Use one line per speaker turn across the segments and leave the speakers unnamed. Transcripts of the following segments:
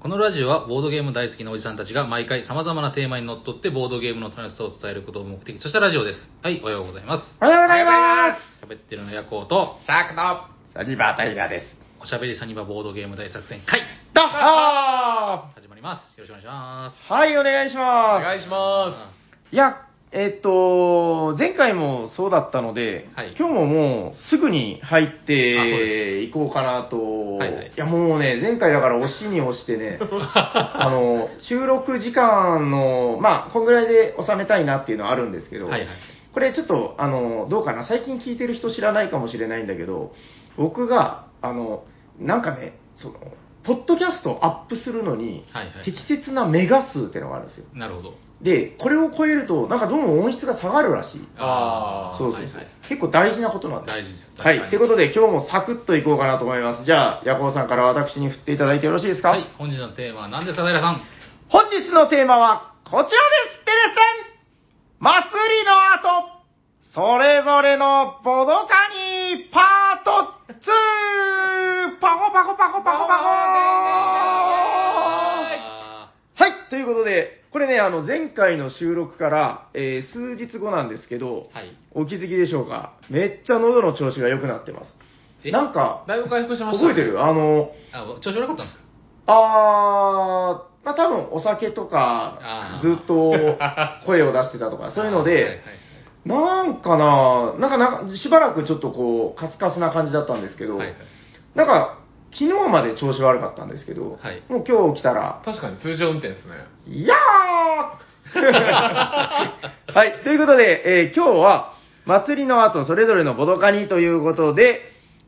このラジオはボードゲーム大好きなおじさんたちが毎回様々なテーマにのっとってボードゲームの楽しさを伝えることを目的としたラジオです。はい、おはようございます。
おはようございま
喋ってるのはヤコウと、
すサークのサニバータイガーです。
おしゃべりサニバボードゲーム大作戦会
ドッハ
始まります。よろしくお願いします。
ーはい、お願いします。
お願いしま
いや、えっと、前回もそうだったので、
はい
今日ももうすぐに入っ
あそう
て
で
いこうかなと、
はいはい
やもうね、前回だから押しに押して ね、あの、収録時間の、まあ、こんぐらいで収めたいなっていうのはあるんですけど、
はいはい。
これちょっと、あの、どうかな、最近聞いてる人知らないかもしれないんだけど、僕が、あの、なんかね、その、ポッドキャストをアップするのに、
はいはい
適切なメガ数ってのがあるんですよ。
なるほど。
で、これを超えると、なんかどうも音質が下がるらしい。
あー
そうそうそう、
はいはい
結構大事なことなんです。
大事です。
はい。と
大
い
事
うことで、今日もサクッといこうかなと思います。じゃあ、ヤコウさんから私に振っていただいてよろしいですか、
はい、本日のテーマは何ですか、平さん。
本日のテーマは、こちらですテレステン祭りの後それぞれのボドカニパート 2! パコパコパコパコパコはい
あ
はい、ということで、これね、あの、前回の収録から、えー数日後なんですけど、
ーはい。
お気づきでしょうかめっちゃ喉の調子が良くなってます。
え
なんか、
だいぶ回復しました。
覚えてるあの、
あ、調子悪かったんですか
あー、まあ多分お酒とか
あ、ー
ずっと声を出してたと か、そういうの
はいはい
で、なんかな、なんかなんかしばらくちょっとこう、カスカスな感じだったんですけど、
はいはい
なんか、昨日まで調子悪かったんですけど、
はい
もう今日来たら、
確かに通常運転ですね。
いや ーはい、ということで、えー今日は、祭りの後、それぞれのボドカニということで、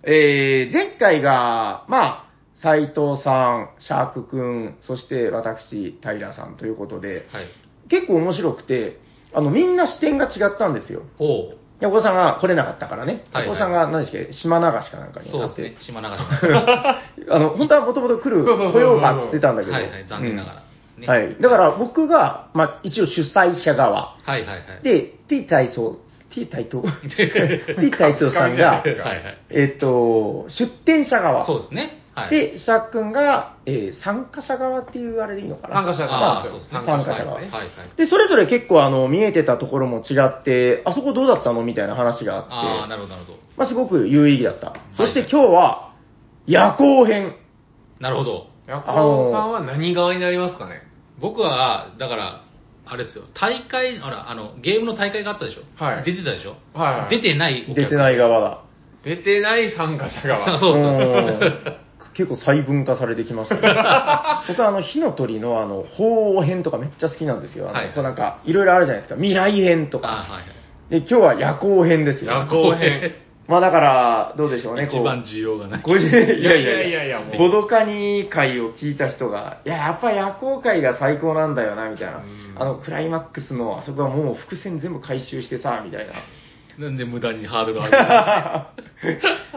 えー前回が、まあ、斎藤さん、シャークくん、そして私、平さんということで、
はい。
結構面白くて、あの、みんな視点が違ったんですよ。
ほう。
ヤコさんが来れなかったからね。
はいはい
ヤコさんが何でしたっけ島流しかなんかに
そう
な
で
っ
すね
て。。
島流しは
あの、本当はもともと来る、
そうそうそうそう
来ようかって言ってたんだけ
い
ど。
はい、残念ながら。ね
はい。だから僕が、まあ、一応主催者側。
はいはいはい。
で、T 体操、T 体 操 ?T 体操さんが
はい、
はい。
えっと、出展者側。
そうですね。はい。、
で、シャーク君が、えー参加者側っていうあれでいいのかな
参加者
ま
側
あ
ああ、そうですね。
参加者側
はい。はい。
で、それぞれ結構あの、見えてたところも違って、あそこどうだったのみたいな話があ
あ
っ
あ、
て、
なるほど、なるほど。
まあ、すごく有意義だった。そして
はい
今日は、夜行編。
なるほど。
ヤコウさんは何側になりますかね
僕は、だから、あれですよ、大会、ほら、あの、ゲームの大会があったでしょ。
はい
出てたでしょ。
はいはい
出てないお客
出てない側だ。
出てない参加者
そう
側。
そうそう
うーん結構細分化されてき ましたね僕はあの火の鳥のあの鳳凰編とかめっちゃ好きなんですよ、あの
はい
こうなんかいろいろあるじゃないですか未来編と
ああ、
か
はいはい。
で今日は夜行編ですよ
夜行編。
まあだからどうでしょうねこう
一番需要がない。
ごじいやいやいや
いやいやいやもう
ボドカニ会を聞いた人が、いや、やっぱ夜行会が最高なんだよな、みたいな
うん。
あの、クライマックスの、あそこはもう伏線全部回収してさ、みたいな。
なんで無駄にハードルが上 がる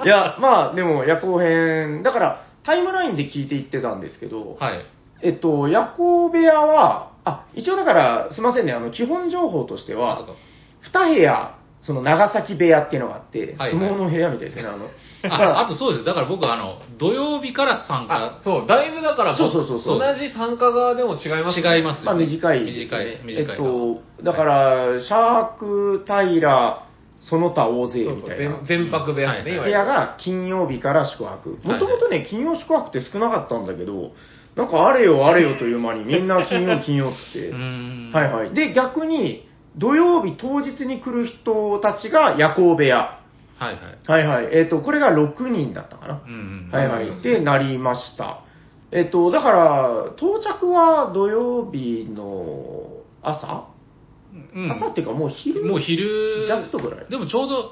いや、まあ、でも夜行編、だから、タイムラインで聞いていってたんですけど、
はい。
えっと、夜行部屋は、あ、一応だから、すいませんね、あの、基本情報として
あそ
は
うか、
二部屋、その長崎部屋っていうのがあって、
はいはい
相撲の部屋みたいですね、あの。
ああとそうですよだから僕はあの、土曜日から参
あ
加、。
そう、だいぶだから、
そうそうそうそう
同じ参加側でも違います
違います
ま
よ
あ
ね。
短いです、ね。
短い、短い。
えっと、だから、シャーク、平、その他大勢
そう
み
そ
た
う
いな。
全全泊部屋ですね、いわ
部
ゆる
屋が金曜日から宿泊。も
はい
ともとね、金曜宿泊って少なかったんだけど、なんかあれよあれよという間にみんな金曜金曜っつって
う。ーん。
はいはい。で、逆に、土曜日当日に来る人たちが夜行部屋。
はいはい。
はいはい。えっ、と、これが6人だったかな
う。んうん。
はいはい。で、なりました。えっ、と、だから、到着は土曜日の朝、
うん
朝っていうかもう昼
もう昼。
ジャストぐらい
でもちょうど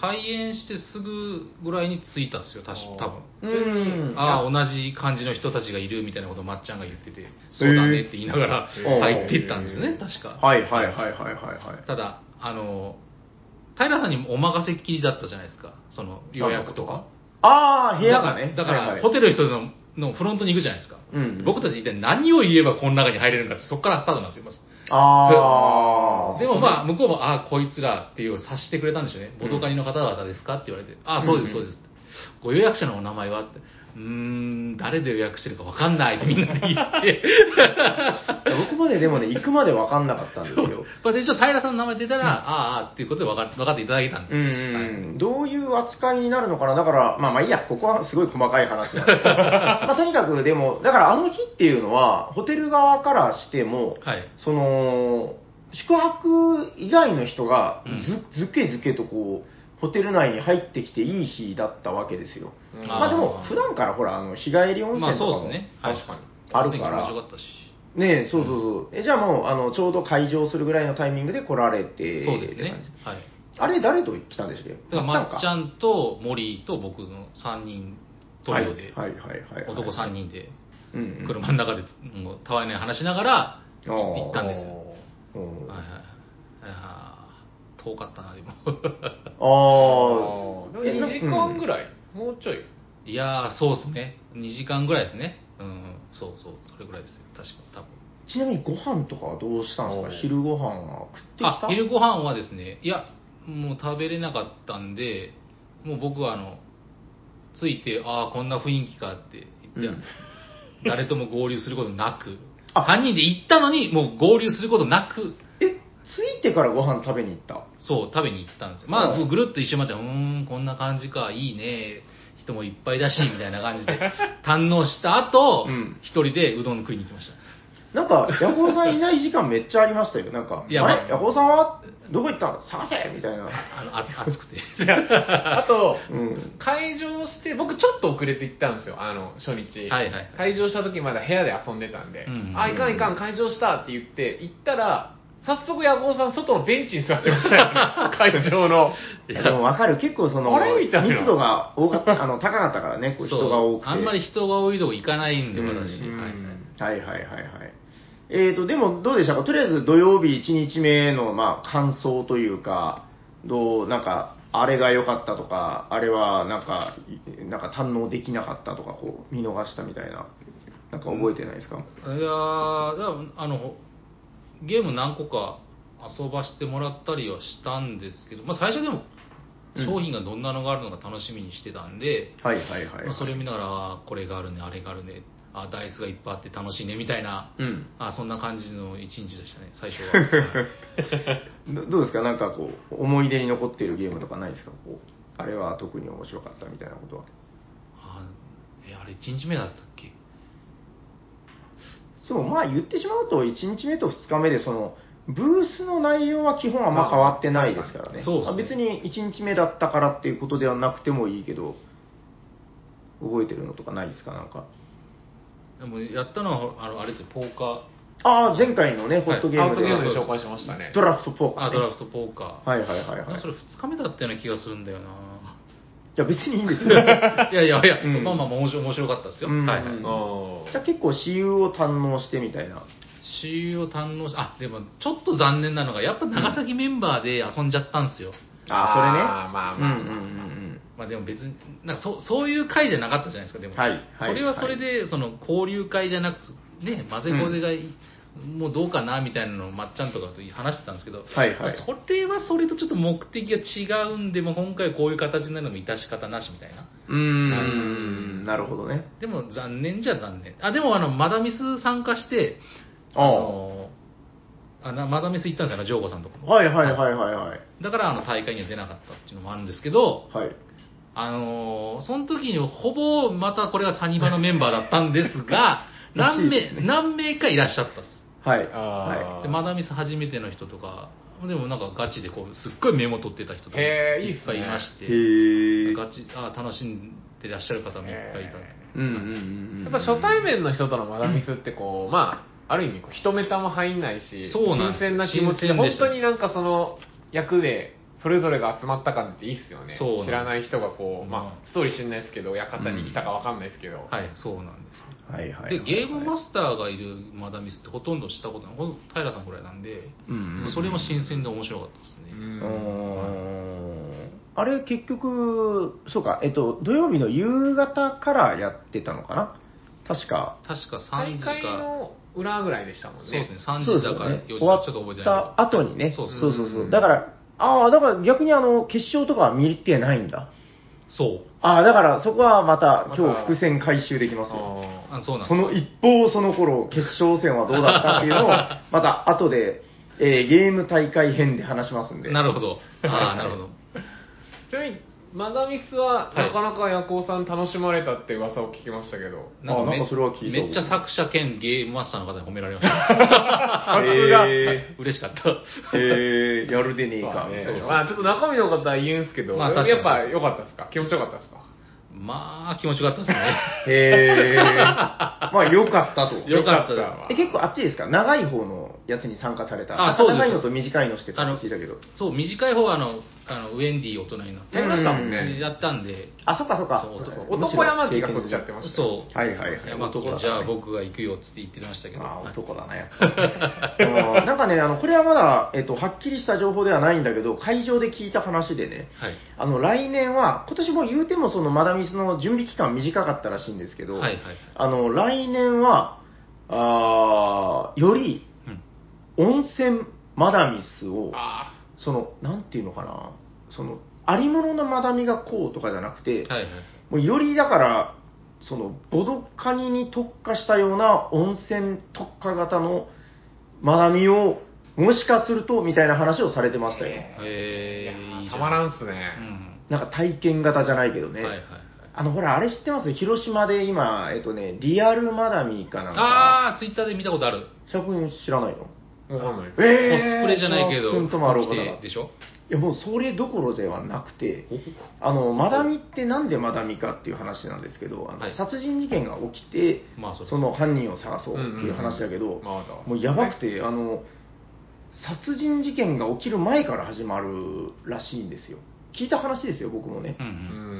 開園してすぐぐらいに着いたんですよ、たし多分。
うん。
ああ、同じ感じの人たちがいるみたいなことをまっちゃんが言ってて、そうだねって言いながら
へ
ー
入っていったんですね
へ、ー
確か。
はいはいはいはいはいはい。
ただ、あの、平さんにもお任せっきりだったじゃないですか、その予約とか。
ああ、部屋がね。
だから、だから
はいはい
ホテルの人ののフロントに行くじゃないですか。
うん
僕たち一体何を言えばこの中に入れるのかって、そこからスタートなんですよ、まず。
ああ。
でもまあ、向こうも、ああ、こいつらっていう察してくれたんでしょうね。ボトカニの方々ですかって言われて、ああ、そうです、そうです。ご予約者のお名前はって、うーん、誰で予約してるかわかんないってみんなで言って。
僕まででもね、行くまで分かんなかった んですよ。
まあ、で一応平さんの名前出たら、ああ、ああっていうことで分か分かっていただいたんです
う
よ。
ん、どういう扱いになるのかな、だから、まあまあいいや、ここはすごい細かい話 なんでまあとにかく、でも、だからあの日っていうのは、ホテル側からしても、
はい。はい
その、宿泊以外の人がず、ずけずけとこう、ホテル内に入ってきていい日だったわけですよ。
うん
まあでも、普段からほら、あの日帰り温
まあ
泉とか
そう
も
ですね。はい
確かに。
あるか
温
ら
泉気持ちよ、かったし。
ねえそうそうそう。えじゃあもう、あの、ちょうど開場するぐらいのタイミングで来られて、
そうですね
って感じ。
はい。
あれ、誰と来たんでしたっ
だか
け
ら、まっちゃ
ん
んと森と僕の3人トリオで、
はいはいはいはいはい。
男3人で、
うんうん。
車の中で、もう、たわいない話しながら、
あー
行ったんです。はい
うん
はいは
あ
い。あー遠かったな、でも。
あ
でも2時間ぐらい、もうちょ い。
いやー、そうですね。2時間ぐらいですね。うん、そうそう、それぐらいですよ。確か、多分。
ちなみにご飯とかはどうしたんですか
おー
昼ご飯は食ってき
あ
た
昼ご飯はですねいやもう食べれなかったんでもう僕はあのついてああこんな雰囲気かって言って、誰とも合流することなく
あ
3人で行ったのにもう合流することなく
え、着いてからご飯食べに行った
そう食べに行ったんですよま
あ
あ
あ
ぐるっと一周回ってうーんこんな感じかいいね人もいっぱいだしみたいな感じ で堪能した後、
うん
一人でうどん食いに行きました
なんか、ヤコウさんいない時間めっちゃありましたよ。なんか、あ
い
れ
やまあ
ヤコウさんはどこ行ったの探せみたいな。
あのあ暑 くて
あと、
うん。
会場して、僕ちょっと遅れて行ったんですよ、あの、初日。
はいはい
会場した時まだ部屋で遊んでたんで、
うん
あ、いかんいかん、会場したって言って、行ったら、早速、ヤコウさん、外のベンチに座ってまし たよね、会場の。
いやでもわかる。結構その、
あれみたいな
密度が多か った、あの、高かったからね、こう人が多くて。
そうあんまり人が多いとこ行かないんで
うん
私、
う
はいはい
はいはいはいはい。えーと、でもどうでしたかとりあえず土曜日1日目の、まあ、感想というか、どう、なんか、あれが良かったとか、あれはなんか、いなんか堪能できなかったとか、こう、見逃したみたいな、なんか覚えてないですか、
いやーだからあのゲーム何個か遊ばしてもらったりはしたんですけど、まあ、最初でも
うん
商品がどんなのがあるのか楽しみにしてたんで、
はいはいはい、
まあ、それ
う。
見ながらあーこれがあるねあれがあるねあーダイスがいっぱいあって楽しいねみたいなんあーそんな感じの一日でしたね最初 は、はい
どどうですかなんかこう、思い出に残っているゲームとかないですかこう、あれは特に面白かったみたいなことは。
あーえあれ1日目だったっけ
そう、まあ言ってしまうと、1日目と2日目で、その、ブースの内容は基本あんま変わってないですからね。
まあそうですね
あ別に1日目だったからっていうことではなくてもいいけど、覚えてるのとかないですかなんか。
でもやったのはあのあれですよポーカ
ああ、前回のね、ホットゲー
アウ
ム
ト
で
ゲー
は、
ムで紹介しましたね。
ドラフトポー
ー
カー、
あ
ね。
ドラフトポーカー、
はいはいはいはい。
なんかそれ2日目だったような気がするんだよな
じゃ別にいいんですよ。じゃ
いやいやいや、
うん
まあまあ面白面白かったですよ。
うん
はいはい。
うん
あ結構私有を堪能してみたいな。
私有を堪能し、あ、でもちょっと残念なのが、やっぱ長崎メンバーで遊んじゃったんですよ。
あ
あー
あ、
まあ
それね。
まあ
うんうん
まあでも別に、なんかそそういう会じゃなかったじゃないですか、でも。
はいはい
それはそれで、その交流会じゃなくて、ね、混ぜこぜがい、もうどうかなみたいなのをまっちゃんとかと話してたんですけど、
はいはい
まあそれはそれとちょっと目的が違うんで、もう今回こういう形になるのも致し方なしみたいな。
うんうん。うーん、なるほどね。
でも残念じゃ残念。あ、でもあの、マダミス参加して、
あ
あ
あ。
のあなマダミス行ったんですよね、ジョーゴさんとこも。
はいはいはいはいはい。
だからあの大会には出なかったっていうのもあるんですけど、
はい。
あのーその時にほぼまたこれがサニバのメンバーだったんです が、
らし
何
い
名
ですね
何名かいらっしゃったっす。
はい。
あー
でマダミス初めての人とか、でもなんかガチでこうすっごいメモ取ってた人とか
へーいい
い
っ
っ
す
ぱ
ね
いいまし
い。
て、
へえ。
ガチあー楽しんでらっしゃる方もいっぱいいた。
へ
うんうんうんうん。
やっぱ初対面の人とのマダミスってこう、まあ、ある意味こう人目玉入んないし、
そうなんです
新鮮な気持ち
新
で、
鮮
本
でした
当になんかその役で、それぞれが集まった感っていいっすよね。
そうなんです
知らない人がこ
う
う、
ん
まあ、ストーリー知んないですけど、館に来たかわかんないですけど、
はい、そうなんです。
はいはいはいはい。
でゲームマスターがいるマダミスってほとんどしたことないほん平さんぐらいなんで、
うんうん
それも新鮮で面白かったです
う
ね、
うんーんあれ結局、そうか、えっと、土曜日の夕方からやってたのかな確か。
確か3
大
時
会
か
の裏ぐらいでしたもんね。
そうですね3
そう
時
です
だ
よ
から
ね
4時
終
だ
わ
かちょっと覚えてない
った後にね。
そうそう
そ
そうう
そうそう
うん
だから、ああ、だから逆にあの、決勝とかは見てないんだ。
そう
ああ、だからそこはまた
また
今日伏線回収できますよ。
あそうなん
そ
で
の一方その頃、決勝戦はどうだったっていうの を、また後で、えーゲーム大会編で話しますん
す
で。
なるほど。ああ、なるほど。
ちなみに、マダミス
は
は、
い
なかなかヤコウさん楽しまれたって噂を聞きましたけど。
あなんかそれは聞いた
めっちゃ作者兼ゲームマスターの方に褒められました。
さすが。
え
嬉しかった。
ーえーやるでねえ
ま
か
あ、
み
ね
たいな。
まあちょっと中身の方は言うんですけど、
まあ確かに
やっぱ良かったですか気持ちよかったですか
まあ、気持ちよかったです ね。
へえ。まあ、良かったと。
よかった
わ
え結構あっちですか長い方のやつに参加された。
あそうです
長いのと短いのしてたって聞いたけど。
そう、短い方はあの、あのウェンディ大人になって
やりましたもん
う
ね。
やったんで、
あ、そっかそっか
そう。
そうだね
男山木がそっちやってましたよ。
そう、
はいはいはい。
山木
男だ
じゃあ僕が行くよっつって言ってましたけど、
あー
はい
男だね。 うんなんかね、あの、これはまだ、えっと、はっきりした情報ではないんだけど、会場で聞いた話でね、
はい。
あの、来年は、今年も言うてもそのマダミスの準備期間短かったらしいんですけど、
はいはい。
あの、来年は、あーより
うん
温泉マダミスを、
あ
その、なんていうのかな、その、ありもののマダミがこうとかじゃなくて、
はいはい。
もうよりだから、その、ボドカニに特化したような温泉特化型のマダミを、もしかすると、みたいな話をされてましたよ。
ーいや
えー、いいじ
ー
ゃ
たまら
ん。
んっすね。
なんか体験型じゃないけど
う
ね。
ん。はいはいはい。
あの、ほら、あれ知ってます広島で今、えっとね、リアルマダミかなんか。あ
ああ、ツイッターで見たことある。
職員知らないの
わかんないです。
え
コスプレじゃないけど、
君ともあろうかな。
でしょ
いやもうそれどころではなくて、あのマダミってなんでマダミかっていう話なんですけど、あの
はい
殺人事件が起きて、
まあそうです
その犯人を探そうっていう話だけど、
まあまだ。
もうやばくて、あの殺人事件が起きる前から始まるらしいんですよ、聞いた話ですよ、僕もね
う。んう。
う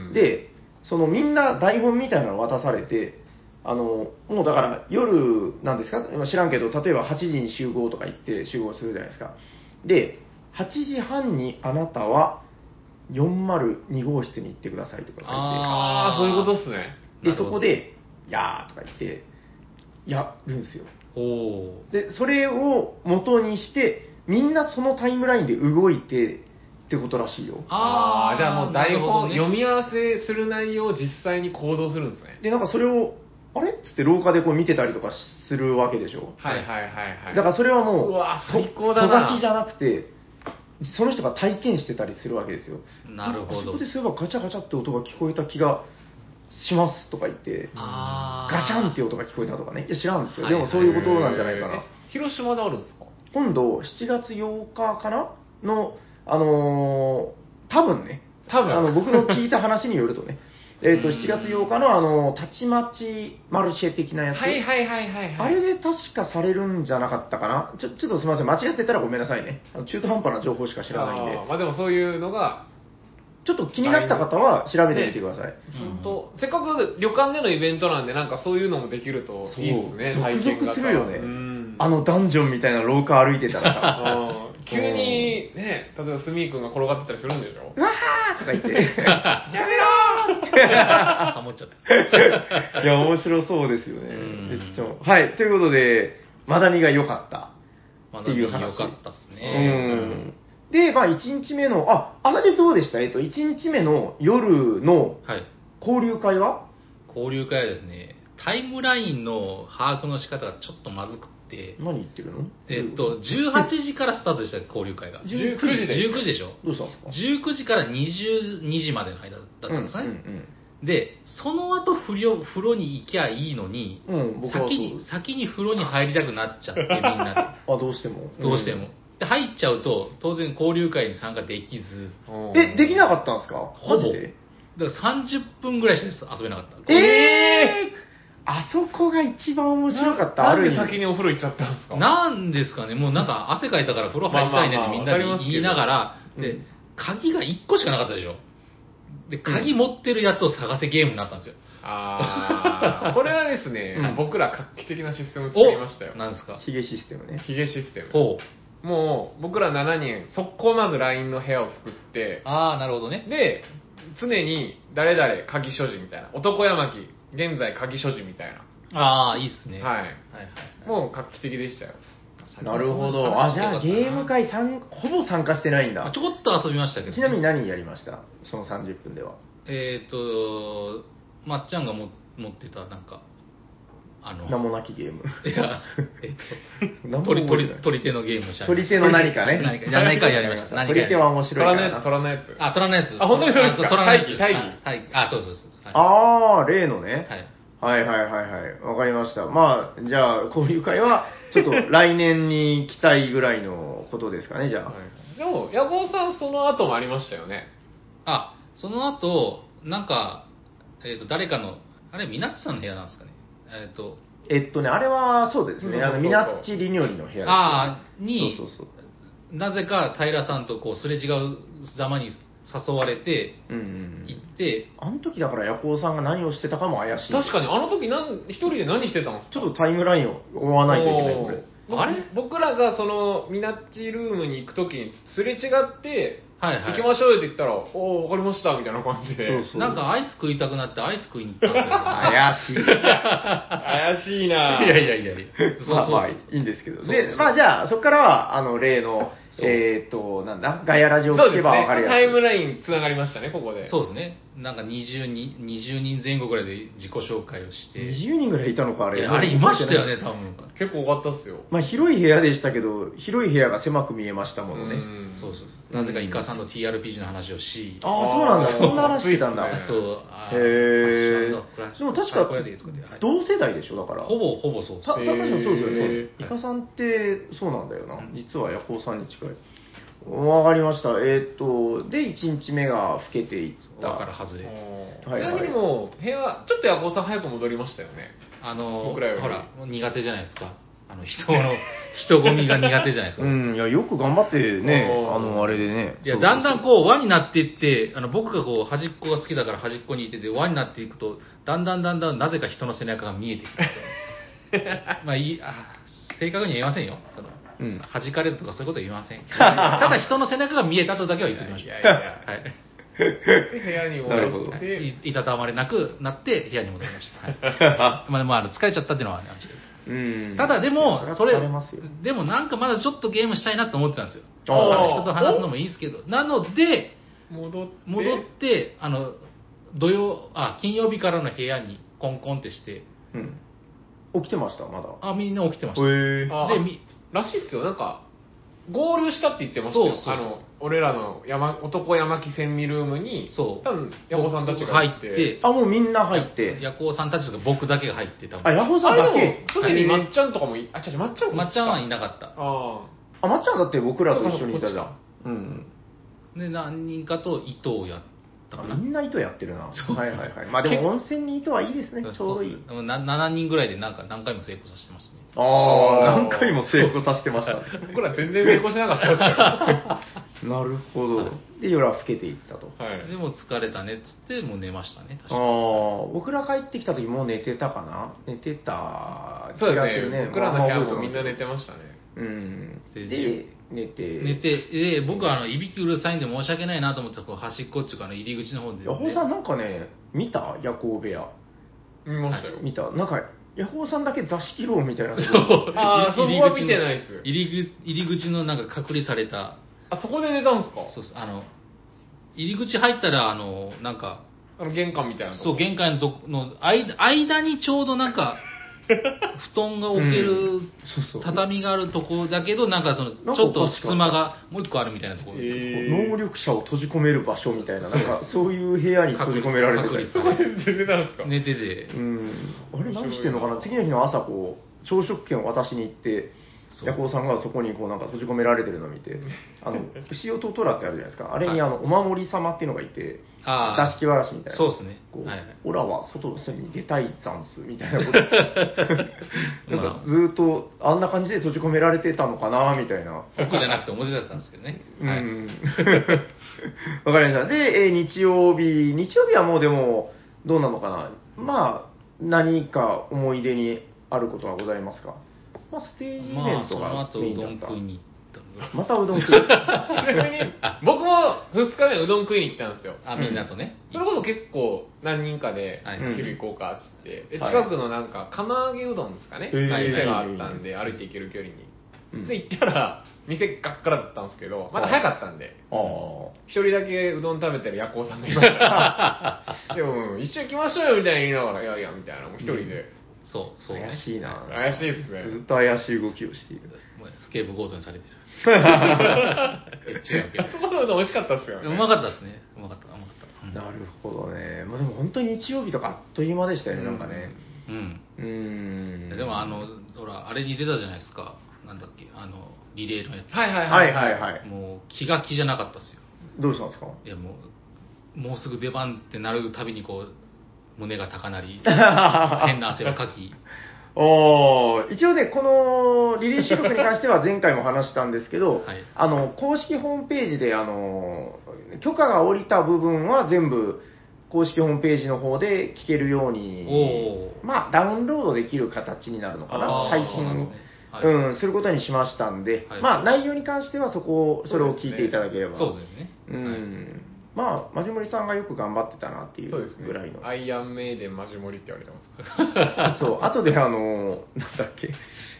んん、
で、そのみんな台本みたいなの渡されて、あのもうだから夜なんですか、今知らんけど、例えば8時に集合とか言って集合するじゃないですか。で、8時半にあなたは402号室に行ってくださいとか書
ああ、そういうことっすね。
い
な
て、で、
るほ
そ
ど
こで、やーとか言って、やるんですよ。
おー
で、それを元にして、みんなそのタイムラインで動いてってことらしいよ。
あ
ーじゃあもう台本、読
み、
み合わせする内容を実際に行動するんですね。
で、なんかそれを、あれっつって廊下でこう見てたりとかするわけでしょ。
はいはいはいはい。
だからそれはもう、
うわ
と
最高だな
と書きじゃなくて、その人が体験してたりするわけですよ。
なるほ
あそ
ど
こで。そういえばガチャガチャって音が聞こえた気がしますとか言って、
あー
ガチャンって音が聞こえたとかね。いや、知らんですよ。
はいは
で
い
もそういうことなんじゃないか
え
な。
ー。広島であるんですか
今度、7月8日かなの、あのー多分ね、
多分
あの僕の聞いた話によると ね、えっと、
うん
7月8日の、あの、たちまちマルシェ的なやつ。
はいはいはいはいは
あ
い。
れで確かされるんじゃなかったかなちょちょっとすみません、間違ってたらごめんなさいね。あの中途半端な情報しか知らないんで
あー、まあでもそういうのが、
ちょっと気になった方は調べてみてください。
本当、せっかく旅館でのイベントなんで、なんかそういうのもできるといいですね、
そう
体験
ゾ
型
クゾクするよね
うん
あのダンジョンみたいな廊下歩いてたらさ、
あー急にね、例えばスミー君が転がってたりするんでしょ
うわ ーとか言って、
やめろ
ハモっちゃった。
いや、面白そうですよね。
うん
めっちゃ。はい、ということで、マダミが良かった。
ま
っていう話
良かったです
う
ね。
ん。で、まあ、1日目の、あ、あれどうでしたえっと、1日目の夜の
はい。
交流会は
交流会はですね、タイムラインの把握の仕方がちょっとまずくって、
何言ってるの
えっと、18時からスタートでした、交流会が。19
19
19時で。
時でしょ
どうしたんですか
?19 時から22時までの間だったんですね。
う
で、その後不良風呂に行きゃいいのに、
んうんうん、うん、僕はそう
先に、先に風呂に入りたくなっちゃって、みん な
あ、どうしても。
で。どうしても。で、入っちゃうと、当然交流会に参加できず、
うん。え、できな
っ
かったんですか
ほぼ
マジで
だから30分ぐらいしか遊べなかった。
えーあそこが一番面白かった、あ
なん
る
で
意
先
味。
にお風呂行っちゃったんですか
なんですかね、もうなんか汗かいたから風呂入りたいねってみんな
まあまあまあわかります
で
けど
言いながら、
う
で
ん、
鍵が1個しかなかったでしょ。で、鍵持ってるやつを探せゲームになったんですよ。
あーこれはですね、
うん
僕ら画期的なシステムを作りましたよ。
なんですか。
ヒゲシステムね。
ヒゲシステム。
ほう。
もう、僕ら7人、速攻まず LINE の部屋を作って、
ああ、なるほどね。
で、常に誰々鍵所持みたいな、男山木、現在鍵所持みたい
ああ、いいっすね。。
な、はいい、
はいはい。
もう画期的でしたよ。
なるほど。あ、じゃあゲーム会さんほぼ参加してないん
まあ
だ
ち。ょこっと遊びましたけどね、
ちなみに何やりましたその30分では。
えっ、と、まっちゃんがも持ってた、なんか、あの、
名もなきゲーム。
いや、えっ、
名
と、鳥、
も覚え
鳥
てない、
鳥手のゲームした
取り手の何かね。
何か、じゃあ何かやりました。何か
取
や
り
り
手は面白いか
虎の
ら
や
な
つ、虎のやつ。
あ、虎のやつ。
あ本当にそうですか
あ虎のやつ。
大義
あ大義あ、そうそうそうそう。は
あー、例のね
い。。はい
はいはいはいはい。わかりました。まあ、じゃあ、交流会は、ちょっと来年に期待ぐらいのことですかね、じゃあ。
でも、矢後さん、その後もありましたよね。
あ、その後、なんか、えっ、と、誰かの、あれ、みなっちさんの部屋なんですかね。えっ、と、
えっとね、あれはそうですね、あの、
うん
みなっちりにょりの部屋ですね
ああ、に、
そうそう
なぜか平さんとこうすれ違うざまに誘われて
そう。うんうんうん
行って、
あの時だから、ヤコウさんが何をしてたかも怪しい。
確か
に。
に、あの時なん、一人で何してたんですか
ちょっとタイムラインを追わないといけない、これ。
おーあれ僕らがそのミナッチルームに行くときにすれ違って、
はいはい
行きましょうよって言ったら、おお、わかりましたみたいな感じで、
そうそう
なんかアイス食いたくなってアイス食いに行ったん だ
怪しい。
怪しいな
けどいやいやいやい や、そうそうそう。
まあまあ、いいんですけど。
そうそう
で、まあじゃあ、そこからは、あの、例の、
そう
えーっと、なんだ、ガヤラジ
そ
オ
う
聞
で
け
すね、
ばわかるやつ。
タイムラインつながりましたね、ここで。
そうですね。なんか20人、20人前後ぐらいで自己紹介をして。
20人ぐらいいたのか、あ
い
れ。
やあれいましたよね、多分。
結構多かったっすよ。
まあ、広い部屋でしたけど、広い部屋が狭く見えましたも
うん
ね。
ん
そうそうそう。なぜかイカさんと TRPG の話をし、
ああ、
あー
そうなんだ。そんな話してたんだ。
そうです
そ
ね
う、あ
へ
あ
え
そうなんだ
でも確
最
か
高やでいつかではい
同世代でしょ、だから。
ほぼほぼそうです
た確かにそうですよ
へ
ね。
ー
イカさんってそうなんだよな。実はヤコウさんに近い。わかりました。えーっと、で、1日目が老けていった。
だから外れ。
ち
はいはい
なみにもう、部屋、ちょっとヤコウさん早く戻りましたよね。
あの、ほ
僕らより
ら、苦手じゃないですか。あの、人の、人混みが苦手じゃないですか。
うん、いや、よく頑張ってね、
おー
あの、あれでね。
いや、
そうそう
だんだんこう、輪になっていって、あの、僕がこう、端っこが好きだから端っこにいてて、輪になっていくと、だんだんだんだん、なぜか人の背中が見えてくる。まあ、いい、あ正確には言いませんよ。その、
うん
弾かれるとかそういうことは言いません。ただ人の背中が見えたとだけは言っておきましょう。
いやいやいや
はい。
で部屋に
なるほ
戻
ど
って、
いいたたまれなくなって、部屋に戻りました。は いまあ、まあ、疲れちゃったっていうのはありましたけど。
うん。
ただでも、それ
疲れますよ。、
でもなんかまだちょっとゲームしたいなと思ってたんですよ。
あ
ー
人と話すのもいいですけど。なので、
戻って、
戻って、あの、土曜、あ、金曜日からの部屋にコンコンってして、
うん。起きてました、まだ。
あ、みんな起きてまし
へ
あ
た。で、み、
らしいっすよ、なんか、合流したって言ってました
そう
よ
そう。そう
あの、俺らの山、男山木千里ルームに、
そう
多分、ヤコさんたちが
入って、
あ、もうみんな入って。
夜行さんたちとか僕だけが入ってた
あ、ヤホーさ
あ
ん
れ
だ
で
け
も、。特にまっちゃんとかもい、あ、違う違う、まっちゃんも。
まっちゃんはい
い。
なかった。
あ
あ、まっちゃんだって僕らと一緒にいたじゃん。うん。
で、何人かと伊藤やったかな。
みんな糸やってるな。
そうそう
はいはいはい。まあでも温泉に糸はいいですね、ちょうどいい。
そうそうな7人ぐらいでなんか何回も成功させてましたね。
ああ、
あー
何回も成功させてましたね。
あ。僕ら全然成功しなかったっ
なるほど。で、夜は更けていったと。
すよ。はい。
でも疲れたねっつって、もう寝ましたね、確か
ああ、僕ら帰ってきた時もう寝てたかな寝てた
そう
気が
です
る
ね。僕らの部屋もみんな寝
ま
てましたね。
あまあ覚えてないうん。
で
で、寝て。
寝。て、で、僕はあの、いびきうるさいんで申し訳ないなと思って、こう、端っこっていうか、あの、入り口の方で、
ヤホーさんなんかね、見た夜行部屋。
見ましたよ。
見たなんか、ヤホーさんだけ座敷牢みたいな。
そう。
あーそこは見てないっ
です入り口入り口のなんか隔離された、
あ、そこで寝たんすか
そうそう、あの、入り口入ったら、あの、なんか、
あの、玄関みたいなとこ
そう、玄関のどの間間にちょうどなんか、布団が置け
う
る
そうそう
畳があるとこだけど、なんかそ
な
の、
ん
ち
か
ょ
お
っと
かしかった
隙間がもう一個あるみたいなところで。
え
能力者を閉じ込める場所みたいな、なんかそういう部屋に閉じ込められてたり
隔 離され
ー。で寝たんすか
寝てて
う、ん、あれ何してんのかな次の日の朝こう朝食券を渡しに行って
そう
ヤコウさんがそこにこうなんか閉じ込められてるのを見てあの牛尾とトラってあるじゃないですかあれにあのお守り様っていうのがいて
あー
座敷わらしみたいな
そうですね
こう
はいはい
オラは外の隅に出たいざんすみたい なことなんかずーっとあんな感じで閉じ込められてたのかなみたいな
僕じゃなくて表だったんですけどね。
うん
はい。
わかりました。で、えー日曜日、日曜日はもうでも、どうなのかな。まあ、何か思い出にあることはございますか。まあ、ステージイベ
まあ、
ン
そ
ト
の
が
後、
メイ
う
ンだ
どん
った。
食いに行ったのが
またうどん食い。
ちなみに、僕も2日目うどん食いに行ったんですよ。
あ、みんなとね。
それこそ結構何人かで
はい
昼行こうかっつって、で
はい
近くのなんか釜揚げうどんですかね、
へー
はい店があったんで歩いて行ける距離に
うん
で、行ったら、店ガッカラだったんですけど、まだ早かったんで、
ああ。
一人だけうどん食べてる夜行さんがいました。 でも、うん一緒に行きましょうよみたいに言いながら、いやいや、みたいな、もう一人で。
そう、そう、
怪しいな。
怪しいですね
ずっと怪しい動きをしている。
もうスケープゴートにされて る。違うけ
あそこのうどん美味しかったっすよ
ど。
ね。
うまかったですね。うまかった、うまかった。うん
なるほどね。まあでも本当に日曜日とかあっという間でしたよね、なんかね。
うん。
うーん。
でもあの、ほら、あれに出たじゃないですか。なんだっけ、あの、リレーのやつ。
はいはい
は
はいい
は
はいい。
はい。
もう気が気じゃなかったですよ。
どうしたんですか
いやもう、もうすぐ出番ってなるたびにこう、胸が高鳴 り、変な汗をかき、
おー一応ね、このリレー収録に関しては前回も話したんですけど、
はい
あの、公式ホームページで、あの、許可が下りた部分は全部、公式ホームページの方で聞けるように、
おー
まあ、ダウンロードできる形になるのかな
あ、ー
配
そう
信
なんで
を
すねはい
うん、することにしましたんで、
はい
まあ、内容に関してはそこを、それを聞いていただければ。
そうですね。
うん。まあ、マジモリさんがよく頑張ってたなってい
そうです
う
ね。
ぐらいの。
アイアンメイデンマジモリって言われてますから。
そう、後であの、なんだっけ、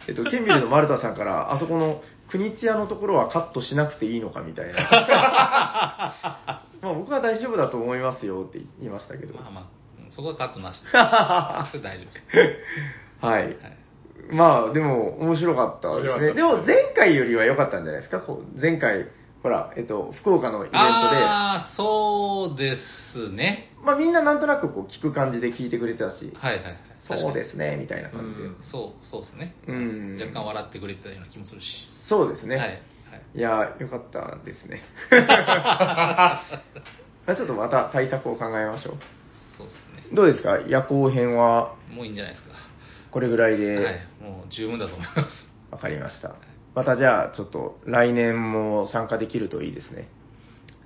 え っと、ケンビルの丸田さんから、あそこの国津屋のところはカットしなくていいのか みたいな。まあ僕は大丈夫だと思いますよって言いましたけど。
まあまあ、うんそこはカットな しで。それ大丈夫です。
はい。
はい
まあでも面白かったですね。
面白かったですね
でも前回よりは良かったんじゃないですかこう前回、ほら、えっと、福岡のイベントで、
ああ、そうですね。
まあみんななんとなくこう聞く感じで聞いてくれてたし、
はいはいはい。。
そうですすね、みたいな感じで。
うん
そう、そうですね。
うん
若干笑ってくれてたような気もするし。
そうですね。
はい。はい。
いやー、よかったですね。 まあちょっとまた対策を考えましょ
そうです
う。どうですか夜行編は
ね。もういいんじゃないですか。
これぐらい
はい
で。
もう十分だと思います。
わかりました。またじゃあ、ちょっと来年も参加できるといいですね。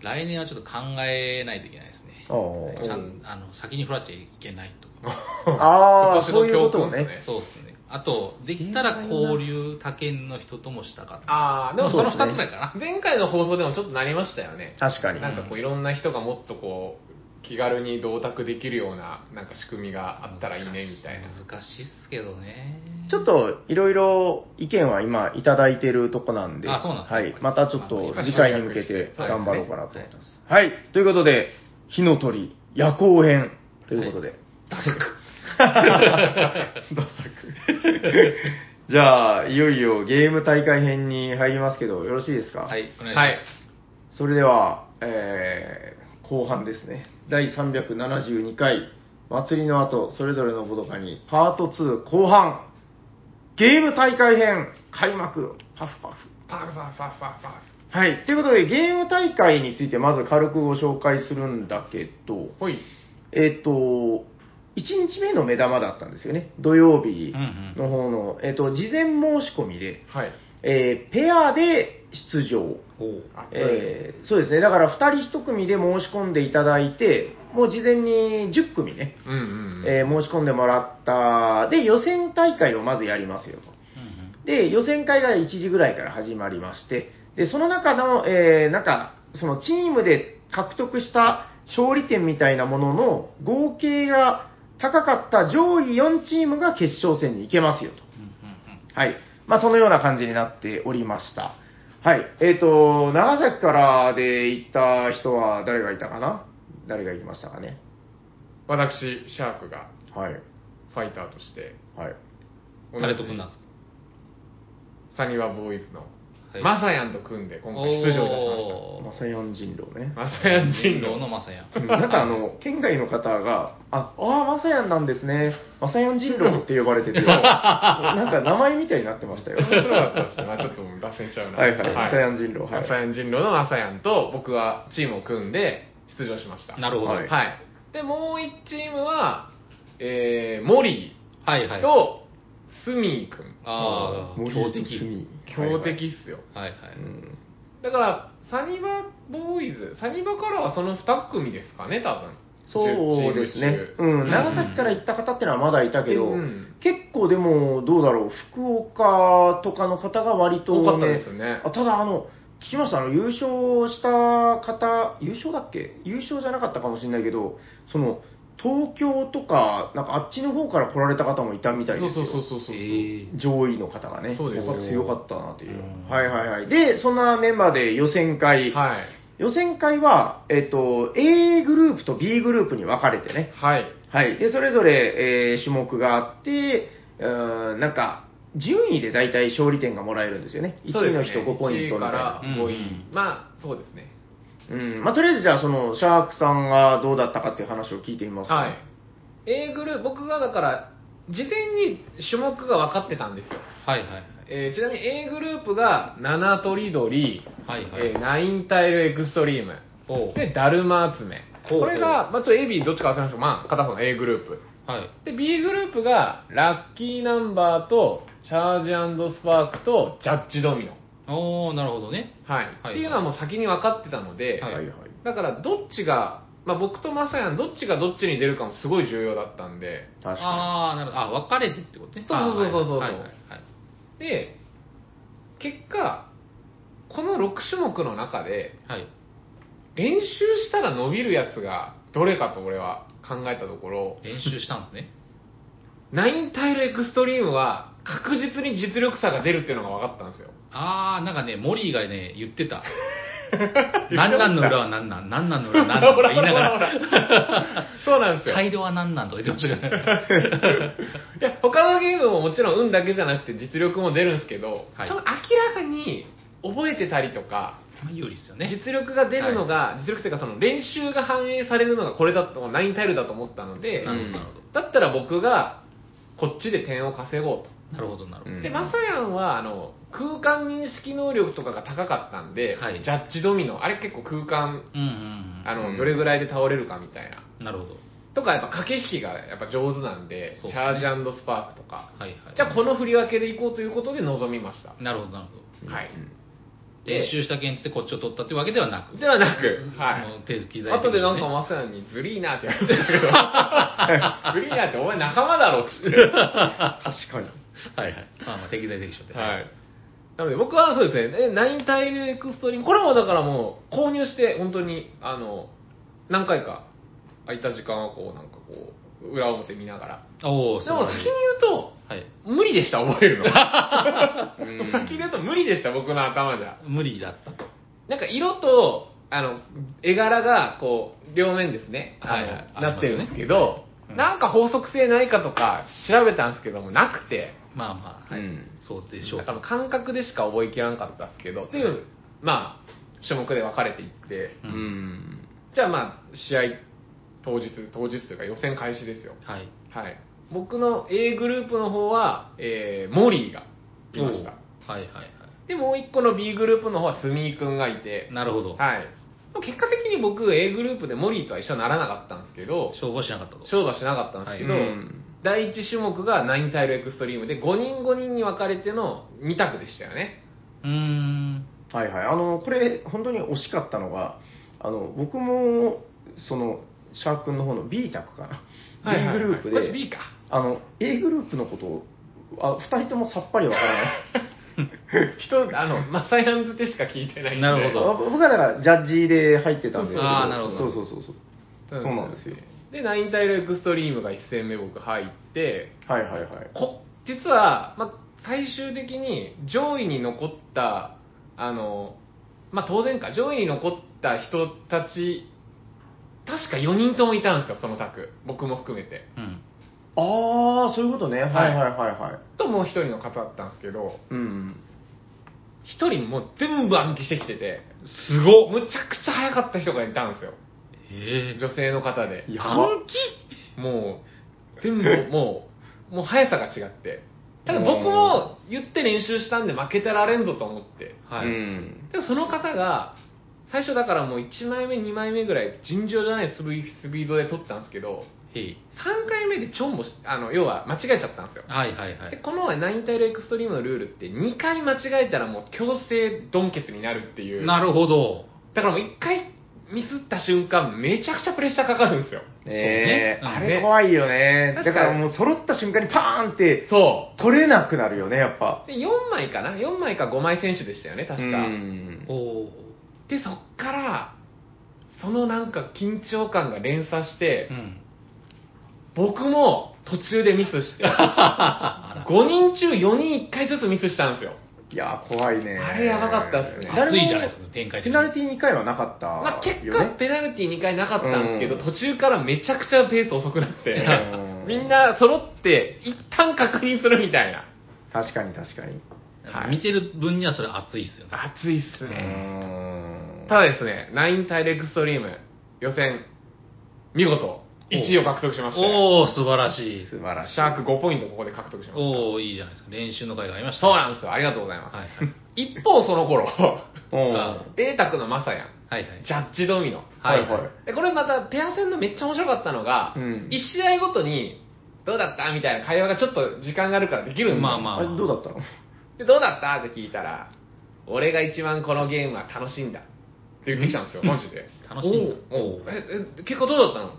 来年はちょっと考えないといけないですね。
おー
ちゃんあの先に振らっちゃいけないとか。
ああ、
今年
そ
の
ういうことを
教訓で
ね。
す
そうですね。あと、できたら交流、他県の人ともしたかった。
ああ、でもその
そう
2
ですね
つだから、前回の放送でもちょっとなりましたよね。
確かに。
なんかこういろんな人がもっとこう気軽に同卓できるようななんか仕組みがあったらいいねみたいな。
難しいっすけどね。
ちょっといろいろ意見は今いただいてるとこなんで、
あそうなんですね
はい、またちょっと次回に向けて
まあ
頑
今
張ろう
集約して
かなと思ってます。はい、ということで、火の鳥夜行編ということで、
ダサく。
じゃあ、いよいよゲーム大会編に入りますけど、よろしいですか
はい、お願いします。
はい。
それでは、えー後半ですね。第372回、祭りの後、それぞれのボドカに、パート2後半、ゲーム大会編、開幕、パフパフ。
パフパフパフパフパ
はい。ということで、ゲーム大会についてまず軽くご紹介するんだけど、
フ。ほい。
えっ、と、1日目の目玉だったんですよね。土曜日
うんうん
の方の、えっ、と、事前申し込みで、
はい。
えーペアで出場。
あ
えーそうですね。だから2人1組で申し込んでいただいて、もう事前に10組ね、
うんうんうん。
えー申し込んでもらった。で、予選大会をまずやりますよと。
うん
で、予選会が1時ぐらいから始まりまして、で、その中の、えーなんか、そのチームで獲得した勝利点みたいなものの合計が高かった上位4チームが決勝戦に行けますよと。
うんうん
はい。まあ、そのような感じになっておりました。はい。えっ、と、長崎からで行った人は誰がいたかな誰が行きましたかね
私、シャークが
はい。
ファイターとして、
はい。
うん誰と組んだんですか
サニワボーイズの、
はい
マサヤンと組んで今回出場いたしました。
マサヤン人狼ね。
マサヤン
人
人
狼の
狼の。
マサヤン。
うんなんかあ の、県外の方が、あ、ああ、マサヤンなんですね。マサヤン人狼って呼ばれ てて、なんか名前みたいになってましたよ。
面白かったですね。まあちょっともう脱線しちゃうな。
はいはいマサヤン人狼はい
マサヤン人狼のマサヤンと僕はチームを組んで出場しました。
なるほど。
は
はいい
はい。で、もう1チームは、えー、モリ
は
ー
い。
と、スミー君。
ああ、
森
強
とス
敵。
ミ
強敵っすよ。
はいはい。
はいはいうん
だから、サニバボーイズ、サニバからはその2組ですかね、多分。
そうですね。うん、長崎から行った方ってのはまだいたけど、
うん
結構でも、どうだろう、福岡とかの方が割と、
多かったですよね
あただ、あの、聞きました、あの、優勝した方、優勝だっけ優勝じゃなかったかもしれないけど、その、東京とか、なんかあっちの方から来られた方もいたみたいですよ。
そうそうそうそうそう。
えー
上位の方がね、
そうです
僕は強かったなという
うん。
はいはいはい。で、そんなメンバーで予選会。
はい。
予選会は、えっ、と、A グループと B グループに分かれてね。
はい。
はい。で、それぞれ、えー種目があって、うーん、なんか、順位で大体勝利点がもらえるんですよね。1位の人5ポイントみたいな
1。位から5位。
うん
まあ、そうですね。
うん。まあ、とりあえずじゃあ、その、シャークさんがどうだったかっていう話を聞いてみますか。
はい。A グループ、僕がだから、事前に種目が分かってたんですよ。
はいはい
えーちなみに A グループが、七とりどり、
はいはい
えーナインタイルエクストリーム、
おう
で、だるま集め。
ほう
これが、まあ、ちょっと A、B どっちか忘れましたけど、まあ、片方の A グループ。
はい
で、B グループが、ラッキーナンバーと、チャージスパークと、ジャッジドミノ。
おおなるほどね
はい。
はい
っていうのはもう先に分かってたので、
はい
はいはい。
だからどっちが、まあ、僕とマサヤンどっちがどっちに出るかもすごい重要だったんで、
確か
ああなるほどあ分かれてってことね
そうそうそうそうそう
はいはいはい
で、結果、この6種目の中で、
はい
練習したら伸びるやつがどれかと俺は考えたところ、
練習したんですね
ナインタイルエクストリームは確実に実力差が出るっていうのが分かったんですよ。
ああなんかねモリーがね言って た何なんの裏は何なん何なんの裏は何なんと
ほ
から言いなが
ほ
ら
らほら そうなんですよ。
茶色は何なんとか言ってましたから ね
いや他のゲームももちろん運だけじゃなくて実力も出るんですけど、
はい
多分明らかに覚えてたりとか、
まあ有利っすよね
実力が出るのが、実力というかその練習が反映されるのがこれだとナインタイルだと思ったので、
なるほど
うん
なるほ
だったら僕がこっちで点を稼ご
ど
うと、
なるほどなるほど
うん
でマサヤンはあの空間認識能力とかが高かったんで、
はい
ジャッジドミノあれ結構空間
うんうん
あの、
うん
どれぐらいで倒れるかみたいな
うんなるほど
とかやっぱ駆け引きがやっぱ上手なんで
そうですね
チャージスパークとか
はいはい
じゃあこの振り分けでいこうということで臨みました
なるほどなるほど
に。
はい
うん
で
練習した現地でこっちを取ったってわけではなく
ではなく、
も
は
う手機
い、
材
後
的にね
でなんかマサヤにずりーなって言われ てたけど ずりーなってお前仲間だろっつって
確かに。
はいはいまあまあ適材適所では
はい。なので僕はそうですね、えナインタイルエクストリーム、これもだからもう購入して、本当に、あの、何回か空いた時間はこう、なんかこう、裏表見ながら。
おお
でも先に言うと、
はい
無理でした、覚える の。
うん
先に言うと無理でした、僕の頭じゃ。
無理だったと
なんか色と、あの、絵柄が、こう、両面ですね、あの
はいはい
なってるんですけ
あり
ど、
すねうん
なんか法則性ないかとか調べたんですけども、なくて。
まあまあ、はい
うん
そうでしょう
だから感覚でしか覚えきらなかったですけど、っていう、まあ、種目で分かれていって、
う
うんん。
じゃあまあ、試合当日、当日というか予選開始ですよ。
はい
はい。僕の A グループの方は、えー、モリーがいました。
おーはいはいは
で、もう一個の B グループの方はスミーくんがいて
い、なるほど、
はい。結果的に僕 A グループでモリーとは一緒にならなかったんですけど、
勝負はしなかったと
勝負はしなかったんですけど、
はいうん
第1種目がナインタイルエクストリームで5人5人に分かれての2択でしたよね。
うーん
はいはい。あの、これ、本当に惜しかったのが、あの、僕も、その、シャーク君の方の B 択かな。
はいはいはい
B グループ
これ
で、
B か。
あの、A グループのことを、あ2人ともさっぱりわからない。
人、あの、マサヤンズでしか聞いてないんで。
なるほど
あ 僕はだから、ジャッジで入ってたんですけど、
あーなるほど
そうそうそうそう。そうなんですよ。
で、ナインタイルエクストリームが1戦目僕入って、
はいはいはい。
こ、実は、まあ、最終的に上位に残った、あの、まあ、当然か、上位に残った人たち、確か4人ともいたんですよ、その卓。僕も含めて。
うん
ああ、そういうことね。はいはいはいはい。
と、もう1人の方だったんですけど、
うん。
1人もう全部暗記してきてて、
すごっ
むちゃくちゃ早かった人がいたんですよ。
ええ
女性の方で。
やば
暗記
もう、全部、もう、 もう速さが違って。ただ僕も言って練習したんで負けてられんぞと思って。
はい、
うん。
でもその方が、最初だからもう1枚目、2枚目ぐらい尋常じゃないスピスピードで取ったんですけど、
へい
3回目でちょんぼし、あの、要は間違えちゃったんですよ。
はいはいは
で、
い
このナインタイルエクストリームのルールって2回間違えたらもう強制ドンケツになるっていう。
な
る
るほど
だからもう1回ミスった瞬間めちゃくちゃプレッシャーかかるんですよ。
ねえ、
そうね
あれ怖いよね。
確か
だ
に
からもう揃った瞬間にパーンって
そう。
取れなくなるよね、やっぱ。
で4枚かな4枚か5枚選手でしたよね確か、
うん
おお
でそっからそのなんか緊張感が連鎖して
う、ん
僕も途中でミスして、5人中4人1回ずつミスしたんですよ。
いやー、怖いね。
あれやばかったっすね
誰も
熱いじゃないですか、展開
ペ
的
ナル
に。
ティー2回はなかった
まあ、結
よ
果
ね、
ペナルティ2回なかったんですけど、
うん
途中からめちゃくちゃペース遅くなって
う、ん
みんな揃って、一旦確認するみたいな。
確かに確かに。う
はい
見てる分にはそれ熱いっすよね。
熱いっす
ー
ね。
ん
ただですね、9大陸ストリーム予選、見事、1位を獲得しました。
おお素晴らしい。
素晴らしい。
シャーク5ポイントここで獲得しました。
おおいいじゃないですか。練習の会がありました。
そうなんですよ。ありがとうございます。
はい
一方、その頃、
うん
あ
エータクのマサヤン、
はいはい。
ジャッジドミノ。
はい
はいはい
で、これまたペア戦のめっちゃ面白かったのが、
うん
一1試合ごとに、どうだったみたいな会話がちょっと時間があるからできるんで、
まあまあ
あれ、どうだった の
でどうだったって聞いたら、俺が一番このゲームは楽しんだ。って言ってきたんですよ、マジで。
楽しいんだ
おうおうええ結果どうだったの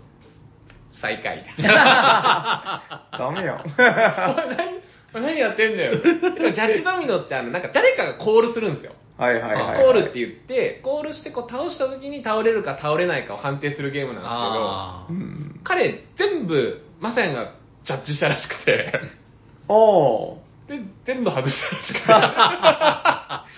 最下位だ。
ダメよ。
お前何やってんだよ。でもジャッジドミノってあの、なんか誰かがコールするんですよ。
はいはいはいはい。
コールって言って、コールしてこう倒した時に倒れるか倒れないかを判定するゲームなんで
あ
う
ー
ん
すけど、彼全部、マサヤンがジャッジしたらし くて、
おー。
で、全部外したらし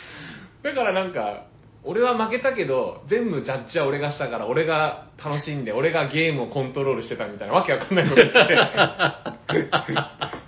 くて。だからなんか、俺は負けたけど、全部ジャッジは俺がしたから、俺が楽しんで、俺がゲームをコントロールしてたみたいなわけわかんないこと言って。